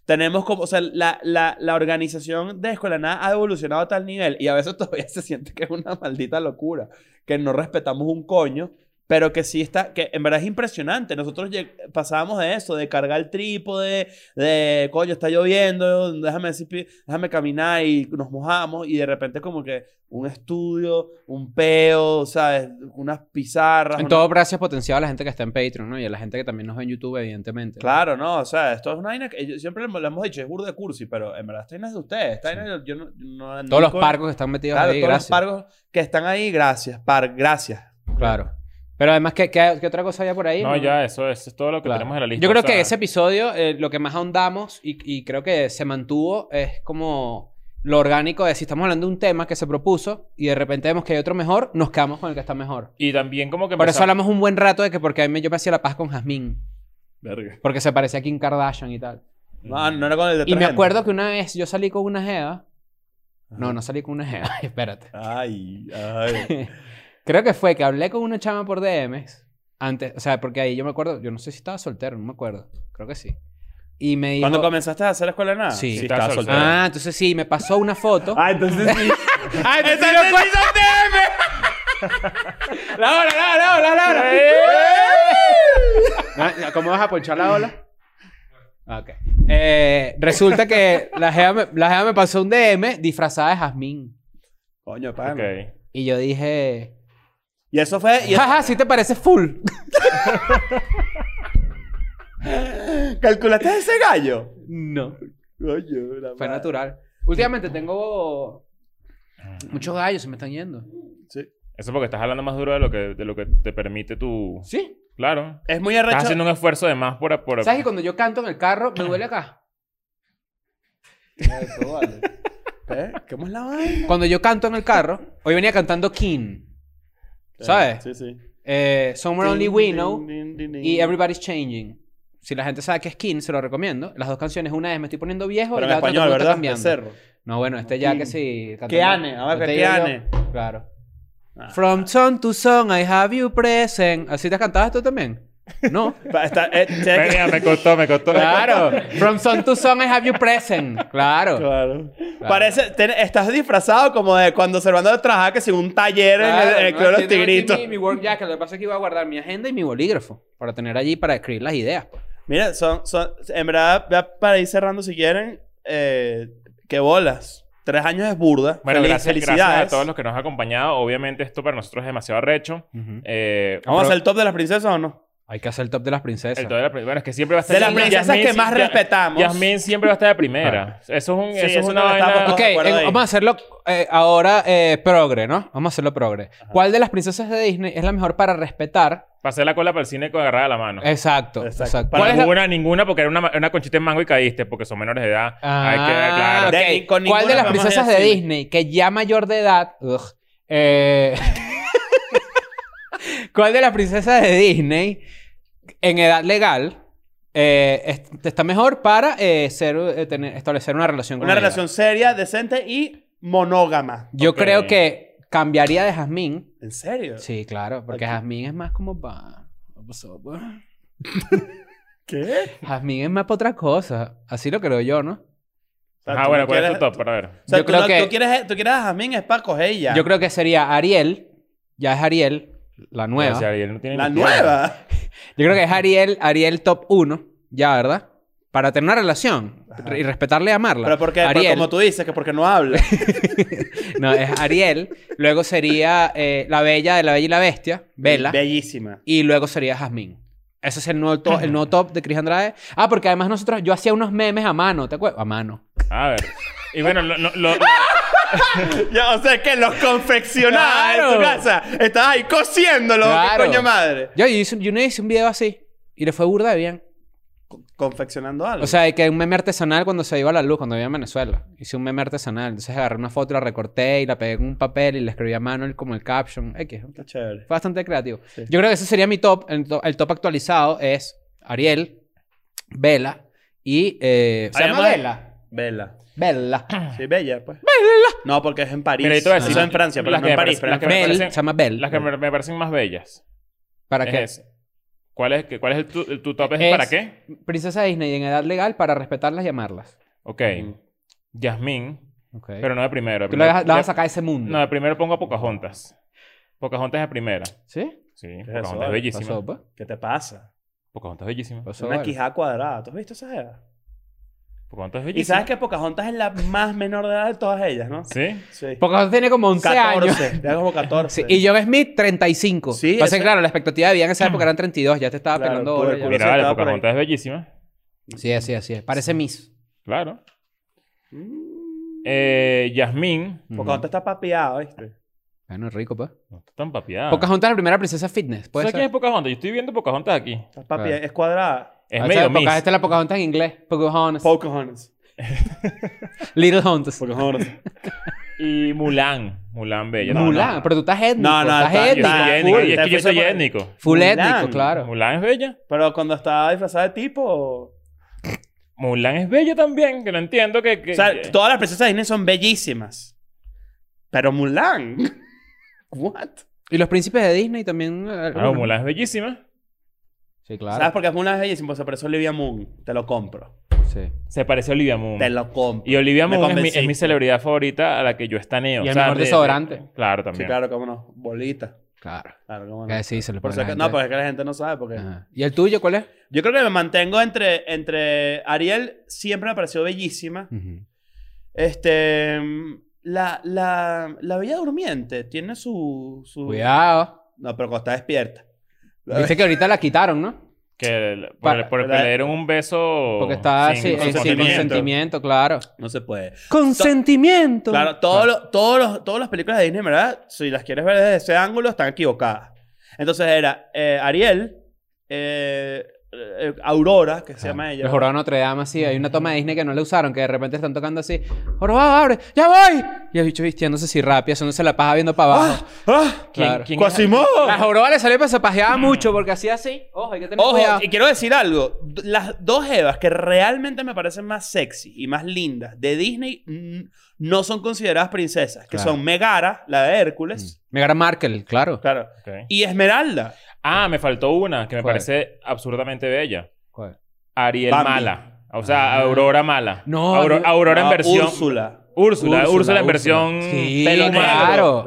[SPEAKER 3] Tenemos como, o sea, la, la, la organización de Escuela de Nada ha evolucionado a tal nivel y a veces todavía se siente que es una maldita locura, que no respetamos un coño, pero que sí está, que en verdad es impresionante. Nosotros lleg- pasábamos de eso, de cargar el trípode, de coño, está lloviendo, déjame, decir pi- déjame caminar y nos mojamos y de repente como que un estudio, un peo, ¿sabes? Unas pizarras.
[SPEAKER 4] En
[SPEAKER 3] una-
[SPEAKER 4] todo gracias potenciado a la gente que está en Patreon, ¿no? Y a la gente que también nos ve en YouTube, evidentemente.
[SPEAKER 3] Claro, no, o sea, esto es una vaina que yo- siempre lo hemos dicho, es burdo de cursi, pero en verdad esta vaina es de ustedes. Esta vaina yo no, no- no-
[SPEAKER 4] Todos los
[SPEAKER 3] con-
[SPEAKER 4] parcos que están metidos
[SPEAKER 3] Claro,
[SPEAKER 4] ahí,
[SPEAKER 3] todos
[SPEAKER 4] gracias.
[SPEAKER 3] los pargos que están ahí, gracias, par, gracias.
[SPEAKER 4] Claro. Pero además, ¿qué, qué, qué otra cosa había por ahí?
[SPEAKER 2] No, ya, eso, eso es todo lo que
[SPEAKER 4] Claro.
[SPEAKER 2] tenemos en la lista.
[SPEAKER 4] Yo creo
[SPEAKER 2] o sea,
[SPEAKER 4] que ese episodio, eh, lo que más ahondamos y, y creo que se mantuvo es como lo orgánico de si estamos hablando de un tema que se propuso y de repente vemos que hay otro mejor, nos quedamos con el que está mejor.
[SPEAKER 2] Y también como que...
[SPEAKER 4] Por eso
[SPEAKER 2] empezamos-
[SPEAKER 4] hablamos un buen rato de que porque a mí yo me hacía la paz con Jazmín,
[SPEAKER 3] Verga.
[SPEAKER 4] porque se parecía a Kim Kardashian y tal.
[SPEAKER 3] No, no era con el de
[SPEAKER 4] Mm. Y me
[SPEAKER 3] Trajendo.
[SPEAKER 4] acuerdo que una vez yo salí con una jeva. No,
[SPEAKER 3] Ajá.
[SPEAKER 4] no salí con una jeva, espérate.
[SPEAKER 3] Ay, ay.
[SPEAKER 4] Creo que fue que hablé con una chama por DMs. Antes, o sea, porque ahí yo me acuerdo, yo no sé si estaba soltero, no me acuerdo. Creo que sí. Y me dijo.
[SPEAKER 3] ¿Cuándo comenzaste a hacer la escuela de nada?
[SPEAKER 4] Sí. Sí,
[SPEAKER 2] estaba
[SPEAKER 3] estaba
[SPEAKER 2] soltero.
[SPEAKER 3] soltero.
[SPEAKER 4] Ah, entonces sí, me pasó una foto.
[SPEAKER 3] Ah, entonces sí.
[SPEAKER 4] ¡Ah, entonces sí lo cuento! ¡La ola, la ola, la ola, la Eh. ola! Ah, ¿Cómo vas a ponchar la ola? Ok. Eh, resulta que la jeva, me, la jeva me pasó un DM disfrazada de jazmín.
[SPEAKER 3] Coño, pan.
[SPEAKER 2] Ok.
[SPEAKER 4] Y yo dije...
[SPEAKER 3] Y eso fue. Y
[SPEAKER 4] Jaja, sí te parece full.
[SPEAKER 3] ¿Calculaste ese gallo?
[SPEAKER 4] No.
[SPEAKER 3] Coño, la madre.
[SPEAKER 4] Fue natural. Últimamente tengo... Muchos gallos se me están yendo.
[SPEAKER 2] Eso porque estás hablando más duro de lo que, de lo que te permite tu...
[SPEAKER 4] ¿Sí?
[SPEAKER 2] Claro.
[SPEAKER 3] Es muy
[SPEAKER 2] Estás
[SPEAKER 3] arrecho.
[SPEAKER 2] haciendo un esfuerzo de más por... por...
[SPEAKER 4] ¿Sabes que cuando yo canto en el carro me duele acá?
[SPEAKER 3] Eso, vale. ¿Eh? ¿Cómo es la vaina?
[SPEAKER 4] Cuando yo canto en el carro... Hoy venía cantando King. ¿Sabes?
[SPEAKER 3] Sí, sí.
[SPEAKER 4] Eh, Somewhere Only
[SPEAKER 3] Ding,
[SPEAKER 4] We
[SPEAKER 3] ding,
[SPEAKER 4] Know
[SPEAKER 3] ding, ding, ding.
[SPEAKER 4] y Everybody's Changing. Si la gente sabe que es King, se lo recomiendo. Las dos canciones, una es Me estoy poniendo viejo
[SPEAKER 3] Pero en
[SPEAKER 4] y la otra
[SPEAKER 3] español,
[SPEAKER 4] todo está
[SPEAKER 3] ¿verdad?
[SPEAKER 4] cambiando.
[SPEAKER 3] De cerro.
[SPEAKER 4] No, bueno, este ya
[SPEAKER 3] King.
[SPEAKER 4] que sí. cantando- Este
[SPEAKER 3] Que ane, a ver,
[SPEAKER 4] No te
[SPEAKER 3] que
[SPEAKER 4] digo yo.
[SPEAKER 3] ane.
[SPEAKER 4] Claro.
[SPEAKER 3] Ah.
[SPEAKER 4] From song to song, I have you present. ¿Así te has cantado esto también? No.
[SPEAKER 3] Pa- Está, eh, tiene que-
[SPEAKER 2] Venga, me costó, me costó.
[SPEAKER 4] claro. From song to song, I have you present. Claro.
[SPEAKER 3] Claro. Parece, te- estás disfrazado como de cuando Servando trabajaba que sin un taller en el, en el Club
[SPEAKER 4] Claro,
[SPEAKER 3] de
[SPEAKER 4] no,
[SPEAKER 3] los
[SPEAKER 4] tengo aquí
[SPEAKER 3] Tigritos.
[SPEAKER 4] Mi, mi work jacket. Lo que pasa es que iba a guardar mi agenda y mi bolígrafo para tener allí para escribir las ideas. pues.
[SPEAKER 3] Mira, son, son, en verdad, ya para ir cerrando si quieren, eh, qué bolas. Tres años es burda.
[SPEAKER 2] Bueno,
[SPEAKER 3] Feliz-
[SPEAKER 2] gracias, gracias
[SPEAKER 3] felicidades.
[SPEAKER 2] a todos los que nos han acompañado. Obviamente esto para nosotros es demasiado arrecho. Eh,
[SPEAKER 3] ¿Vamos a
[SPEAKER 2] pero-
[SPEAKER 3] hacer el top de las princesas o no?
[SPEAKER 4] Hay que hacer el top de las princesas.
[SPEAKER 2] el top de la pri- Bueno, es que siempre va a estar...
[SPEAKER 3] De las princesas
[SPEAKER 2] Yasmín
[SPEAKER 3] que más
[SPEAKER 2] siempre-
[SPEAKER 3] respetamos.
[SPEAKER 2] Yasmín siempre va a estar de primera. Eso es un...
[SPEAKER 3] Sí,
[SPEAKER 2] eso es
[SPEAKER 3] eso
[SPEAKER 2] una
[SPEAKER 3] no lo
[SPEAKER 2] vaina-
[SPEAKER 3] estamos-
[SPEAKER 4] Ok,
[SPEAKER 3] de acuerdo
[SPEAKER 4] en-
[SPEAKER 3] ahí.
[SPEAKER 4] vamos a hacerlo eh, ahora eh, progre, ¿no? Vamos a hacerlo progre. ¿Cuál de las princesas de Disney es la mejor para respetar?
[SPEAKER 2] Pasé la cola para el cine con agarrada la mano.
[SPEAKER 4] Exacto,
[SPEAKER 3] Exacto.
[SPEAKER 4] exacto.
[SPEAKER 3] Para
[SPEAKER 4] Eh, ¿Cuál es la-
[SPEAKER 2] ninguna, ninguna, porque era una, una conchita en mango y caíste, porque son menores de edad.
[SPEAKER 4] Ah,
[SPEAKER 2] Hay que ver, claro.
[SPEAKER 4] ok.
[SPEAKER 3] De- con
[SPEAKER 4] ¿Cuál
[SPEAKER 3] ninguna
[SPEAKER 4] de las
[SPEAKER 3] vamos a
[SPEAKER 4] princesas de
[SPEAKER 3] decir.
[SPEAKER 4] Disney que ya mayor de edad... ugh, eh, ¿Cuál de las princesas de Disney en edad legal eh, es- está mejor para eh, ser, eh, tener- establecer una relación con
[SPEAKER 3] Una
[SPEAKER 4] ella?
[SPEAKER 3] relación seria, decente y monógama.
[SPEAKER 4] Yo
[SPEAKER 2] Ok.
[SPEAKER 4] creo que cambiaría de Jasmine
[SPEAKER 3] ¿En serio?
[SPEAKER 4] Sí, claro, porque
[SPEAKER 3] Aquí.
[SPEAKER 4] Jazmín es más como pa. ¿Qué pasó, pa?
[SPEAKER 3] ¿Qué?
[SPEAKER 4] Jazmín es más para otra cosa. Así lo creo yo, ¿no?
[SPEAKER 2] Ah, bueno, ¿cuál es tu top? Para ver.
[SPEAKER 3] O sea,
[SPEAKER 4] Yo
[SPEAKER 3] tú,
[SPEAKER 4] creo
[SPEAKER 3] no-
[SPEAKER 4] que-
[SPEAKER 3] tú quieres, tú quieres a Jasmine es para coger ya.
[SPEAKER 4] Yo creo que sería Ariel. Ya es Ariel, la nueva.
[SPEAKER 2] O sea, Ariel no tiene
[SPEAKER 3] La
[SPEAKER 2] ni idea.
[SPEAKER 3] nueva.
[SPEAKER 4] Yo creo que es Ariel, Ariel top 1, ya, ¿verdad? Para tener una relación y respetarle y amarla.
[SPEAKER 3] Pero porque, pero
[SPEAKER 4] Ariel.
[SPEAKER 3] como tú dices, que porque no habla.
[SPEAKER 4] No, es Ariel. luego sería eh, la bella de la bella y la bestia, Bella.
[SPEAKER 3] Bellísima.
[SPEAKER 4] Y luego sería Jazmín. Ese es el nuevo, to- el nuevo top de Cris Andrade. Ah, porque además nosotros, yo hacía unos memes a mano, ¿te acuerdas? A mano.
[SPEAKER 2] A ver. Y bueno, lo, lo- lo-
[SPEAKER 3] Ya, o sea, que los confeccionabas en tu
[SPEAKER 4] Claro.
[SPEAKER 3] casa. Estabas ahí cosiéndolo.
[SPEAKER 4] Claro.
[SPEAKER 3] ¿Qué coño madre?
[SPEAKER 4] Yo, yo, hice, yo no hice un video así y le fue burda de bien.
[SPEAKER 3] Co- Confeccionando algo.
[SPEAKER 4] O sea, de que un meme artesanal cuando se iba la luz, cuando vivía en Venezuela. Hice un meme artesanal. Entonces agarré una foto, la recorté y la pegué con un papel y la escribí a mano el- como el caption. X. Fue
[SPEAKER 3] Está chévere.
[SPEAKER 4] bastante creativo.
[SPEAKER 3] Sí.
[SPEAKER 4] Yo creo que ese sería mi top. El, to- el top actualizado es Ariel, Vela y... Eh, ¿Se
[SPEAKER 3] Ahí
[SPEAKER 4] llama
[SPEAKER 3] vamos.
[SPEAKER 4] Vela?
[SPEAKER 3] Bella.
[SPEAKER 4] Vela.
[SPEAKER 3] Sí, bella, pues. No, porque es en París.
[SPEAKER 2] Mira, yo te voy a decir-
[SPEAKER 3] Eso es en Francia, pero
[SPEAKER 2] las
[SPEAKER 3] no
[SPEAKER 2] que
[SPEAKER 3] en
[SPEAKER 2] me
[SPEAKER 3] París.
[SPEAKER 2] parecen-
[SPEAKER 3] pero en
[SPEAKER 2] las que me
[SPEAKER 3] Francia.
[SPEAKER 4] Bel,
[SPEAKER 2] parecen-
[SPEAKER 4] se llama Bel.
[SPEAKER 2] las que me, me parecen más bellas.
[SPEAKER 4] ¿Para
[SPEAKER 2] Es
[SPEAKER 4] qué?
[SPEAKER 2] ese. ¿Cuál es, que- cuál es el tu, el- tu top? ¿Es,
[SPEAKER 4] Es-
[SPEAKER 2] para qué?
[SPEAKER 4] Princesa Disney en edad legal para respetarlas y amarlas.
[SPEAKER 2] Ok. Yasmín.
[SPEAKER 4] Ok.
[SPEAKER 2] Pero no de primero. de
[SPEAKER 4] Tú la
[SPEAKER 2] primero-
[SPEAKER 4] vas, la vas
[SPEAKER 2] de-
[SPEAKER 4] a sacar de ese mundo.
[SPEAKER 2] No, de primero pongo a Pocahontas. Pocahontas de primera.
[SPEAKER 4] ¿Sí?
[SPEAKER 2] Sí,
[SPEAKER 3] eso,
[SPEAKER 2] Pocahontas es
[SPEAKER 3] vale?
[SPEAKER 2] bellísima.
[SPEAKER 4] Pasó, pues.
[SPEAKER 3] ¿Qué te pasa?
[SPEAKER 2] Pocahontas es bellísima.
[SPEAKER 4] Pasó,
[SPEAKER 3] una
[SPEAKER 4] vale.
[SPEAKER 3] quijada cuadrada. ¿Tú has visto esa edad?
[SPEAKER 2] Pocahontas es
[SPEAKER 3] Y
[SPEAKER 2] bellísima.
[SPEAKER 3] sabes que Pocahontas es la más menor de edad de todas ellas, ¿no?
[SPEAKER 2] Sí.
[SPEAKER 3] Sí.
[SPEAKER 4] Pocahontas tiene como 11 años.
[SPEAKER 3] 14. Ya como 14.
[SPEAKER 4] Sí, y John Smith, 35.
[SPEAKER 3] Sí,
[SPEAKER 4] Pasa que,
[SPEAKER 3] ese-
[SPEAKER 4] claro, la expectativa de vida en esa época eran 32. Ya te estaba
[SPEAKER 3] Claro,
[SPEAKER 4] pelando oro.
[SPEAKER 3] tuberculosis.
[SPEAKER 4] ya.
[SPEAKER 2] Mira, vale,
[SPEAKER 3] estaba por ahí.
[SPEAKER 2] Pocahontas es bellísima.
[SPEAKER 4] Sí, así, así es. Parece Miss.
[SPEAKER 2] Claro.
[SPEAKER 3] Mm.
[SPEAKER 2] Eh, Yasmín.
[SPEAKER 3] Pocahontas está papeado, ¿viste?
[SPEAKER 4] Mm. Bueno, rico, pues.
[SPEAKER 2] No está tan papiada.
[SPEAKER 4] Pocahontas es la primera princesa fitness.
[SPEAKER 2] ¿Tú
[SPEAKER 4] ¿Puede
[SPEAKER 2] ¿Sabes quién es
[SPEAKER 4] ser?
[SPEAKER 2] Pocahontas? Yo estoy viendo Pocahontas aquí.
[SPEAKER 3] Está papeada.
[SPEAKER 4] Claro.
[SPEAKER 3] Es cuadrada.
[SPEAKER 2] Es
[SPEAKER 4] Ah,
[SPEAKER 2] medio
[SPEAKER 4] ¿sabes?
[SPEAKER 2] Miss.
[SPEAKER 4] Pocahontas es la Pocahontas en inglés. Pocahontas.
[SPEAKER 3] Pocahontas.
[SPEAKER 4] Little Hontas.
[SPEAKER 3] Pocahontas.
[SPEAKER 2] Y Mulan. Mulan bella. No,
[SPEAKER 4] Mulan. Pero tú estás étnico.
[SPEAKER 3] No, no,
[SPEAKER 4] estás
[SPEAKER 3] está-
[SPEAKER 2] Yo soy
[SPEAKER 3] está-
[SPEAKER 4] étnico.
[SPEAKER 2] étnico.
[SPEAKER 3] full.
[SPEAKER 2] Y es que yo
[SPEAKER 3] Te
[SPEAKER 2] soy
[SPEAKER 3] fuiste por-
[SPEAKER 2] étnico.
[SPEAKER 4] Full
[SPEAKER 3] Mulan.
[SPEAKER 4] étnico, claro.
[SPEAKER 2] Mulan es bella.
[SPEAKER 3] Pero cuando estaba disfrazada de tipo.
[SPEAKER 2] Mulan es bella también. Que no entiendo que... que-
[SPEAKER 3] O sea,
[SPEAKER 2] que-
[SPEAKER 3] todas las princesas de Disney son bellísimas. Pero Mulan. What?
[SPEAKER 4] Y los príncipes de Disney también. eh,
[SPEAKER 2] Claro,
[SPEAKER 4] bueno.
[SPEAKER 2] Mulan es bellísima.
[SPEAKER 4] Sí,
[SPEAKER 3] ¿Sabes
[SPEAKER 4] claro.
[SPEAKER 3] por qué Mulan es bellísima? Porque Se pareció a Olivia Moon. Te lo compro.
[SPEAKER 4] Sí.
[SPEAKER 2] Se parece a Olivia
[SPEAKER 4] Mm.
[SPEAKER 2] Moon.
[SPEAKER 3] Te lo compro.
[SPEAKER 2] Y Olivia
[SPEAKER 3] Me
[SPEAKER 2] Moon es mi, es mi
[SPEAKER 3] convenciste.
[SPEAKER 2] celebridad favorita a la que yo estaneo.
[SPEAKER 4] Y
[SPEAKER 2] o
[SPEAKER 4] el
[SPEAKER 2] sea,
[SPEAKER 4] mejor
[SPEAKER 2] de- de-
[SPEAKER 4] desodorante.
[SPEAKER 2] Claro,
[SPEAKER 3] Sí,
[SPEAKER 2] también.
[SPEAKER 3] claro, cómo no. Bolita.
[SPEAKER 4] Claro.
[SPEAKER 3] Claro, cómo no.
[SPEAKER 4] Que sí, se le
[SPEAKER 3] Por
[SPEAKER 4] pone
[SPEAKER 3] si
[SPEAKER 4] la
[SPEAKER 3] acaso-
[SPEAKER 4] gente.
[SPEAKER 3] no, pues. pero es que la gente no sabe porque.
[SPEAKER 4] Ajá. ¿Y el tuyo cuál es?
[SPEAKER 3] Yo creo que me mantengo entre, entre Ariel siempre me pareció bellísima.
[SPEAKER 4] Ujú.
[SPEAKER 3] Este la, la, la Bella Durmiente tiene su, su-
[SPEAKER 4] Cuidado.
[SPEAKER 3] No, pero cuando está despierta. La
[SPEAKER 4] Viste que ahorita la quitaron, ¿no?
[SPEAKER 2] Que el- por,
[SPEAKER 4] Para-
[SPEAKER 2] el- por el que
[SPEAKER 3] ¿verdad?
[SPEAKER 2] le dieron un beso.
[SPEAKER 4] Porque está eh,
[SPEAKER 2] sin
[SPEAKER 4] sin, sin- sin consentimiento.
[SPEAKER 2] consentimiento.
[SPEAKER 4] claro.
[SPEAKER 3] Bella- No se puede.
[SPEAKER 4] ¡Consentimiento!
[SPEAKER 3] Claro, todos los- todos los- todas las películas de Disney, ¿verdad? Si las quieres ver desde ese ángulo, están equivocadas. Entonces era eh, Ariel, eh, eh, Aurora, que se llama ella.
[SPEAKER 4] El jorobado de Notre Dame, así. Hay una toma de Disney que no le usaron, que de repente están tocando así. ¡Jorobado, abre! ¡Ya voy! Y el bicho vistiéndose así rápido, haciéndose la paja viendo para abajo.
[SPEAKER 3] ¡Ah!
[SPEAKER 2] ¿Quién-
[SPEAKER 4] Claro.
[SPEAKER 2] quién es-
[SPEAKER 3] ¡Quasimodo!
[SPEAKER 4] La joroba le salió, pero se pajeaba mucho porque hacía así. Ojo, hay que tener
[SPEAKER 3] Ojo,
[SPEAKER 4] cuidado.
[SPEAKER 3] y quiero decir algo. D- Las dos Evas que realmente me parecen más sexy y más lindas de Disney mm, no son consideradas princesas, que
[SPEAKER 4] Claro. Mm.
[SPEAKER 3] son Megara, la de Hércules,
[SPEAKER 4] Meghan Markle, claro.
[SPEAKER 3] claro,
[SPEAKER 2] Ok.
[SPEAKER 3] y Esmeralda.
[SPEAKER 2] Ah, me faltó una que me
[SPEAKER 4] ¿Cuál?
[SPEAKER 2] parece absurdamente bella.
[SPEAKER 4] ¿Cuál?
[SPEAKER 2] Ariel
[SPEAKER 3] Bambi.
[SPEAKER 2] mala. O sea,
[SPEAKER 4] Ah.
[SPEAKER 2] Aurora mala.
[SPEAKER 4] No,
[SPEAKER 2] Auro-
[SPEAKER 4] yo-
[SPEAKER 2] Aurora, en
[SPEAKER 3] No,
[SPEAKER 2] versión.
[SPEAKER 3] Ah, Úrsula.
[SPEAKER 2] Úrsula. Úrsula,
[SPEAKER 4] Úrsula,
[SPEAKER 2] en
[SPEAKER 4] Úrsula.
[SPEAKER 2] versión.
[SPEAKER 4] Sí,
[SPEAKER 2] pelo negro,
[SPEAKER 4] claro.
[SPEAKER 2] humana,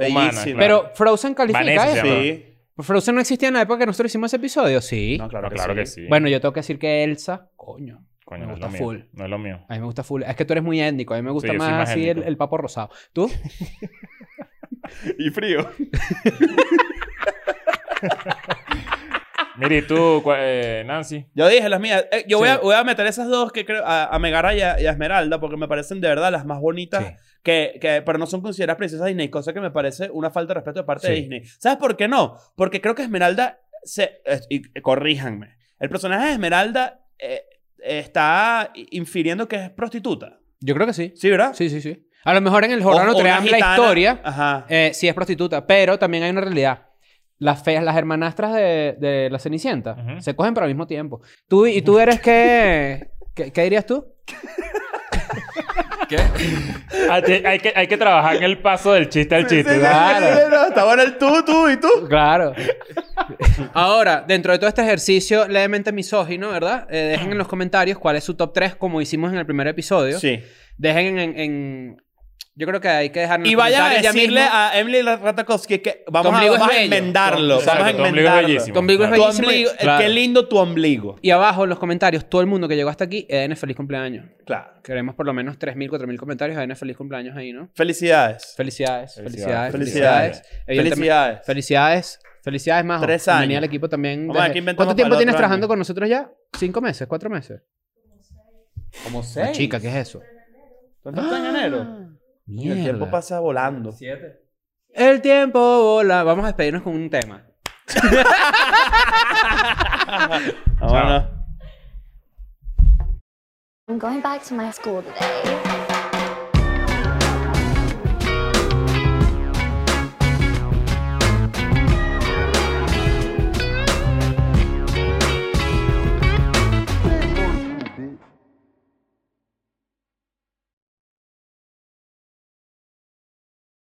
[SPEAKER 2] claro.
[SPEAKER 3] Bellísima.
[SPEAKER 4] Pero Frozen califica
[SPEAKER 2] Vanessa se
[SPEAKER 4] eso.
[SPEAKER 2] llama.
[SPEAKER 3] Sí.
[SPEAKER 4] Frozen no existía en la época que nosotros hicimos ese episodio, sí.
[SPEAKER 3] No,
[SPEAKER 2] Pero claro que sí.
[SPEAKER 4] Bueno, yo tengo que decir que Elsa, coño,
[SPEAKER 2] Coño,
[SPEAKER 4] me
[SPEAKER 2] no es lo
[SPEAKER 4] gusta
[SPEAKER 2] mío.
[SPEAKER 4] full.
[SPEAKER 2] No es lo mío.
[SPEAKER 4] A mí me gusta full. Es que tú eres muy étnico. A mí me gusta
[SPEAKER 2] Sí, yo soy
[SPEAKER 4] más,
[SPEAKER 2] más
[SPEAKER 4] así el,
[SPEAKER 2] étnico.
[SPEAKER 4] el papo rosado. ¿Tú?
[SPEAKER 3] Y frío.
[SPEAKER 2] Mire, ¿y tú, cua- eh, Nancy.
[SPEAKER 3] Yo dije las mías. Eh, yo voy, a,
[SPEAKER 4] Sí.
[SPEAKER 3] voy a meter esas dos que creo, a, a Megara y a, y a Esmeralda porque me parecen de verdad las más bonitas.
[SPEAKER 4] Sí.
[SPEAKER 3] Que, que, pero no son consideradas princesas Disney, cosa que me parece una falta de respeto de parte de
[SPEAKER 4] Sí.
[SPEAKER 3] Disney. ¿Sabes por qué no? Porque creo que Esmeralda se. es- y corríjanme. El personaje de Esmeralda eh, está infiriendo que es prostituta.
[SPEAKER 4] Yo creo que sí.
[SPEAKER 3] ¿Sí, verdad?
[SPEAKER 4] Sí, sí, sí. A lo mejor en el
[SPEAKER 3] O-
[SPEAKER 4] Jornal
[SPEAKER 3] o
[SPEAKER 4] Notre
[SPEAKER 3] una
[SPEAKER 4] Dame la
[SPEAKER 3] gitana-
[SPEAKER 4] historia
[SPEAKER 2] Ah.
[SPEAKER 3] Ajá.
[SPEAKER 4] eh, sí es prostituta, pero también hay una realidad. Las feas, las hermanastras de, de la Cenicienta,
[SPEAKER 2] Ujú.
[SPEAKER 4] se cogen para el mismo tiempo. Tú, ¿Y tú eres qué? ¿Qué, qué dirías tú?
[SPEAKER 5] ¿Qué?
[SPEAKER 2] Ah, te- hay, que, hay que trabajar en el paso del chiste al chiste. ¿verdad?
[SPEAKER 4] claro.
[SPEAKER 3] No, está bueno el tú, tú y tú.
[SPEAKER 4] Claro. Ahora, dentro de todo este ejercicio levemente misógino, ¿verdad? Eh, dejen en los comentarios cuál es su top 3, como hicimos en el primer episodio.
[SPEAKER 3] Sí.
[SPEAKER 4] Dejen en... en- Yo creo que hay que dejar en
[SPEAKER 3] Y
[SPEAKER 4] los
[SPEAKER 3] vayan a
[SPEAKER 4] comentarios ya
[SPEAKER 3] decirle
[SPEAKER 4] mismo.
[SPEAKER 3] a Emily Ratakowski que vamos,
[SPEAKER 4] Tu
[SPEAKER 3] a,
[SPEAKER 4] ombligo es
[SPEAKER 3] vamos a
[SPEAKER 4] bello.
[SPEAKER 3] enmendarlo.
[SPEAKER 2] Exacto,
[SPEAKER 3] vamos a
[SPEAKER 2] tu ombligo es
[SPEAKER 3] enmendarlo.
[SPEAKER 2] bellísimo.
[SPEAKER 4] Tu ombligo es
[SPEAKER 2] Claro.
[SPEAKER 3] Tu
[SPEAKER 4] bellísimo. y-
[SPEAKER 3] ombligo, eh,
[SPEAKER 4] Claro.
[SPEAKER 3] Qué lindo tu ombligo.
[SPEAKER 4] Y abajo en los comentarios, todo el mundo que llegó hasta aquí, EDN feliz cumpleaños.
[SPEAKER 3] Claro.
[SPEAKER 4] Queremos por lo menos 3.000, 4.000 comentarios. EDN feliz cumpleaños ahí, ¿no?
[SPEAKER 3] Felicidades.
[SPEAKER 4] Felicidades,
[SPEAKER 2] Felicidades,
[SPEAKER 4] felicidades, felicidades. Evidentemente-
[SPEAKER 3] Felicidades.
[SPEAKER 4] Felicidades, felicidades, Majo.
[SPEAKER 3] Tres años.
[SPEAKER 4] Bienvenida al equipo
[SPEAKER 3] Vamos
[SPEAKER 4] también.
[SPEAKER 3] a ver,
[SPEAKER 4] desde-
[SPEAKER 3] ¿qué inventamos
[SPEAKER 4] ¿Cuánto tiempo
[SPEAKER 3] para el
[SPEAKER 4] tienes
[SPEAKER 3] otro
[SPEAKER 4] trabajando
[SPEAKER 3] año?
[SPEAKER 4] con nosotros ya? ¿Cinco meses? ¿Cuatro meses?
[SPEAKER 3] Como
[SPEAKER 4] La
[SPEAKER 3] seis.
[SPEAKER 4] chica, ¿qué es eso?
[SPEAKER 3] ¿Cuánto está en enero?
[SPEAKER 4] Ah,
[SPEAKER 3] Y el tiempo
[SPEAKER 4] mierda.
[SPEAKER 3] pasa volando.
[SPEAKER 5] Siete.
[SPEAKER 4] El tiempo vola. Vamos a despedirnos con un tema.
[SPEAKER 3] Vámonos.
[SPEAKER 1] I'm going back to my school today.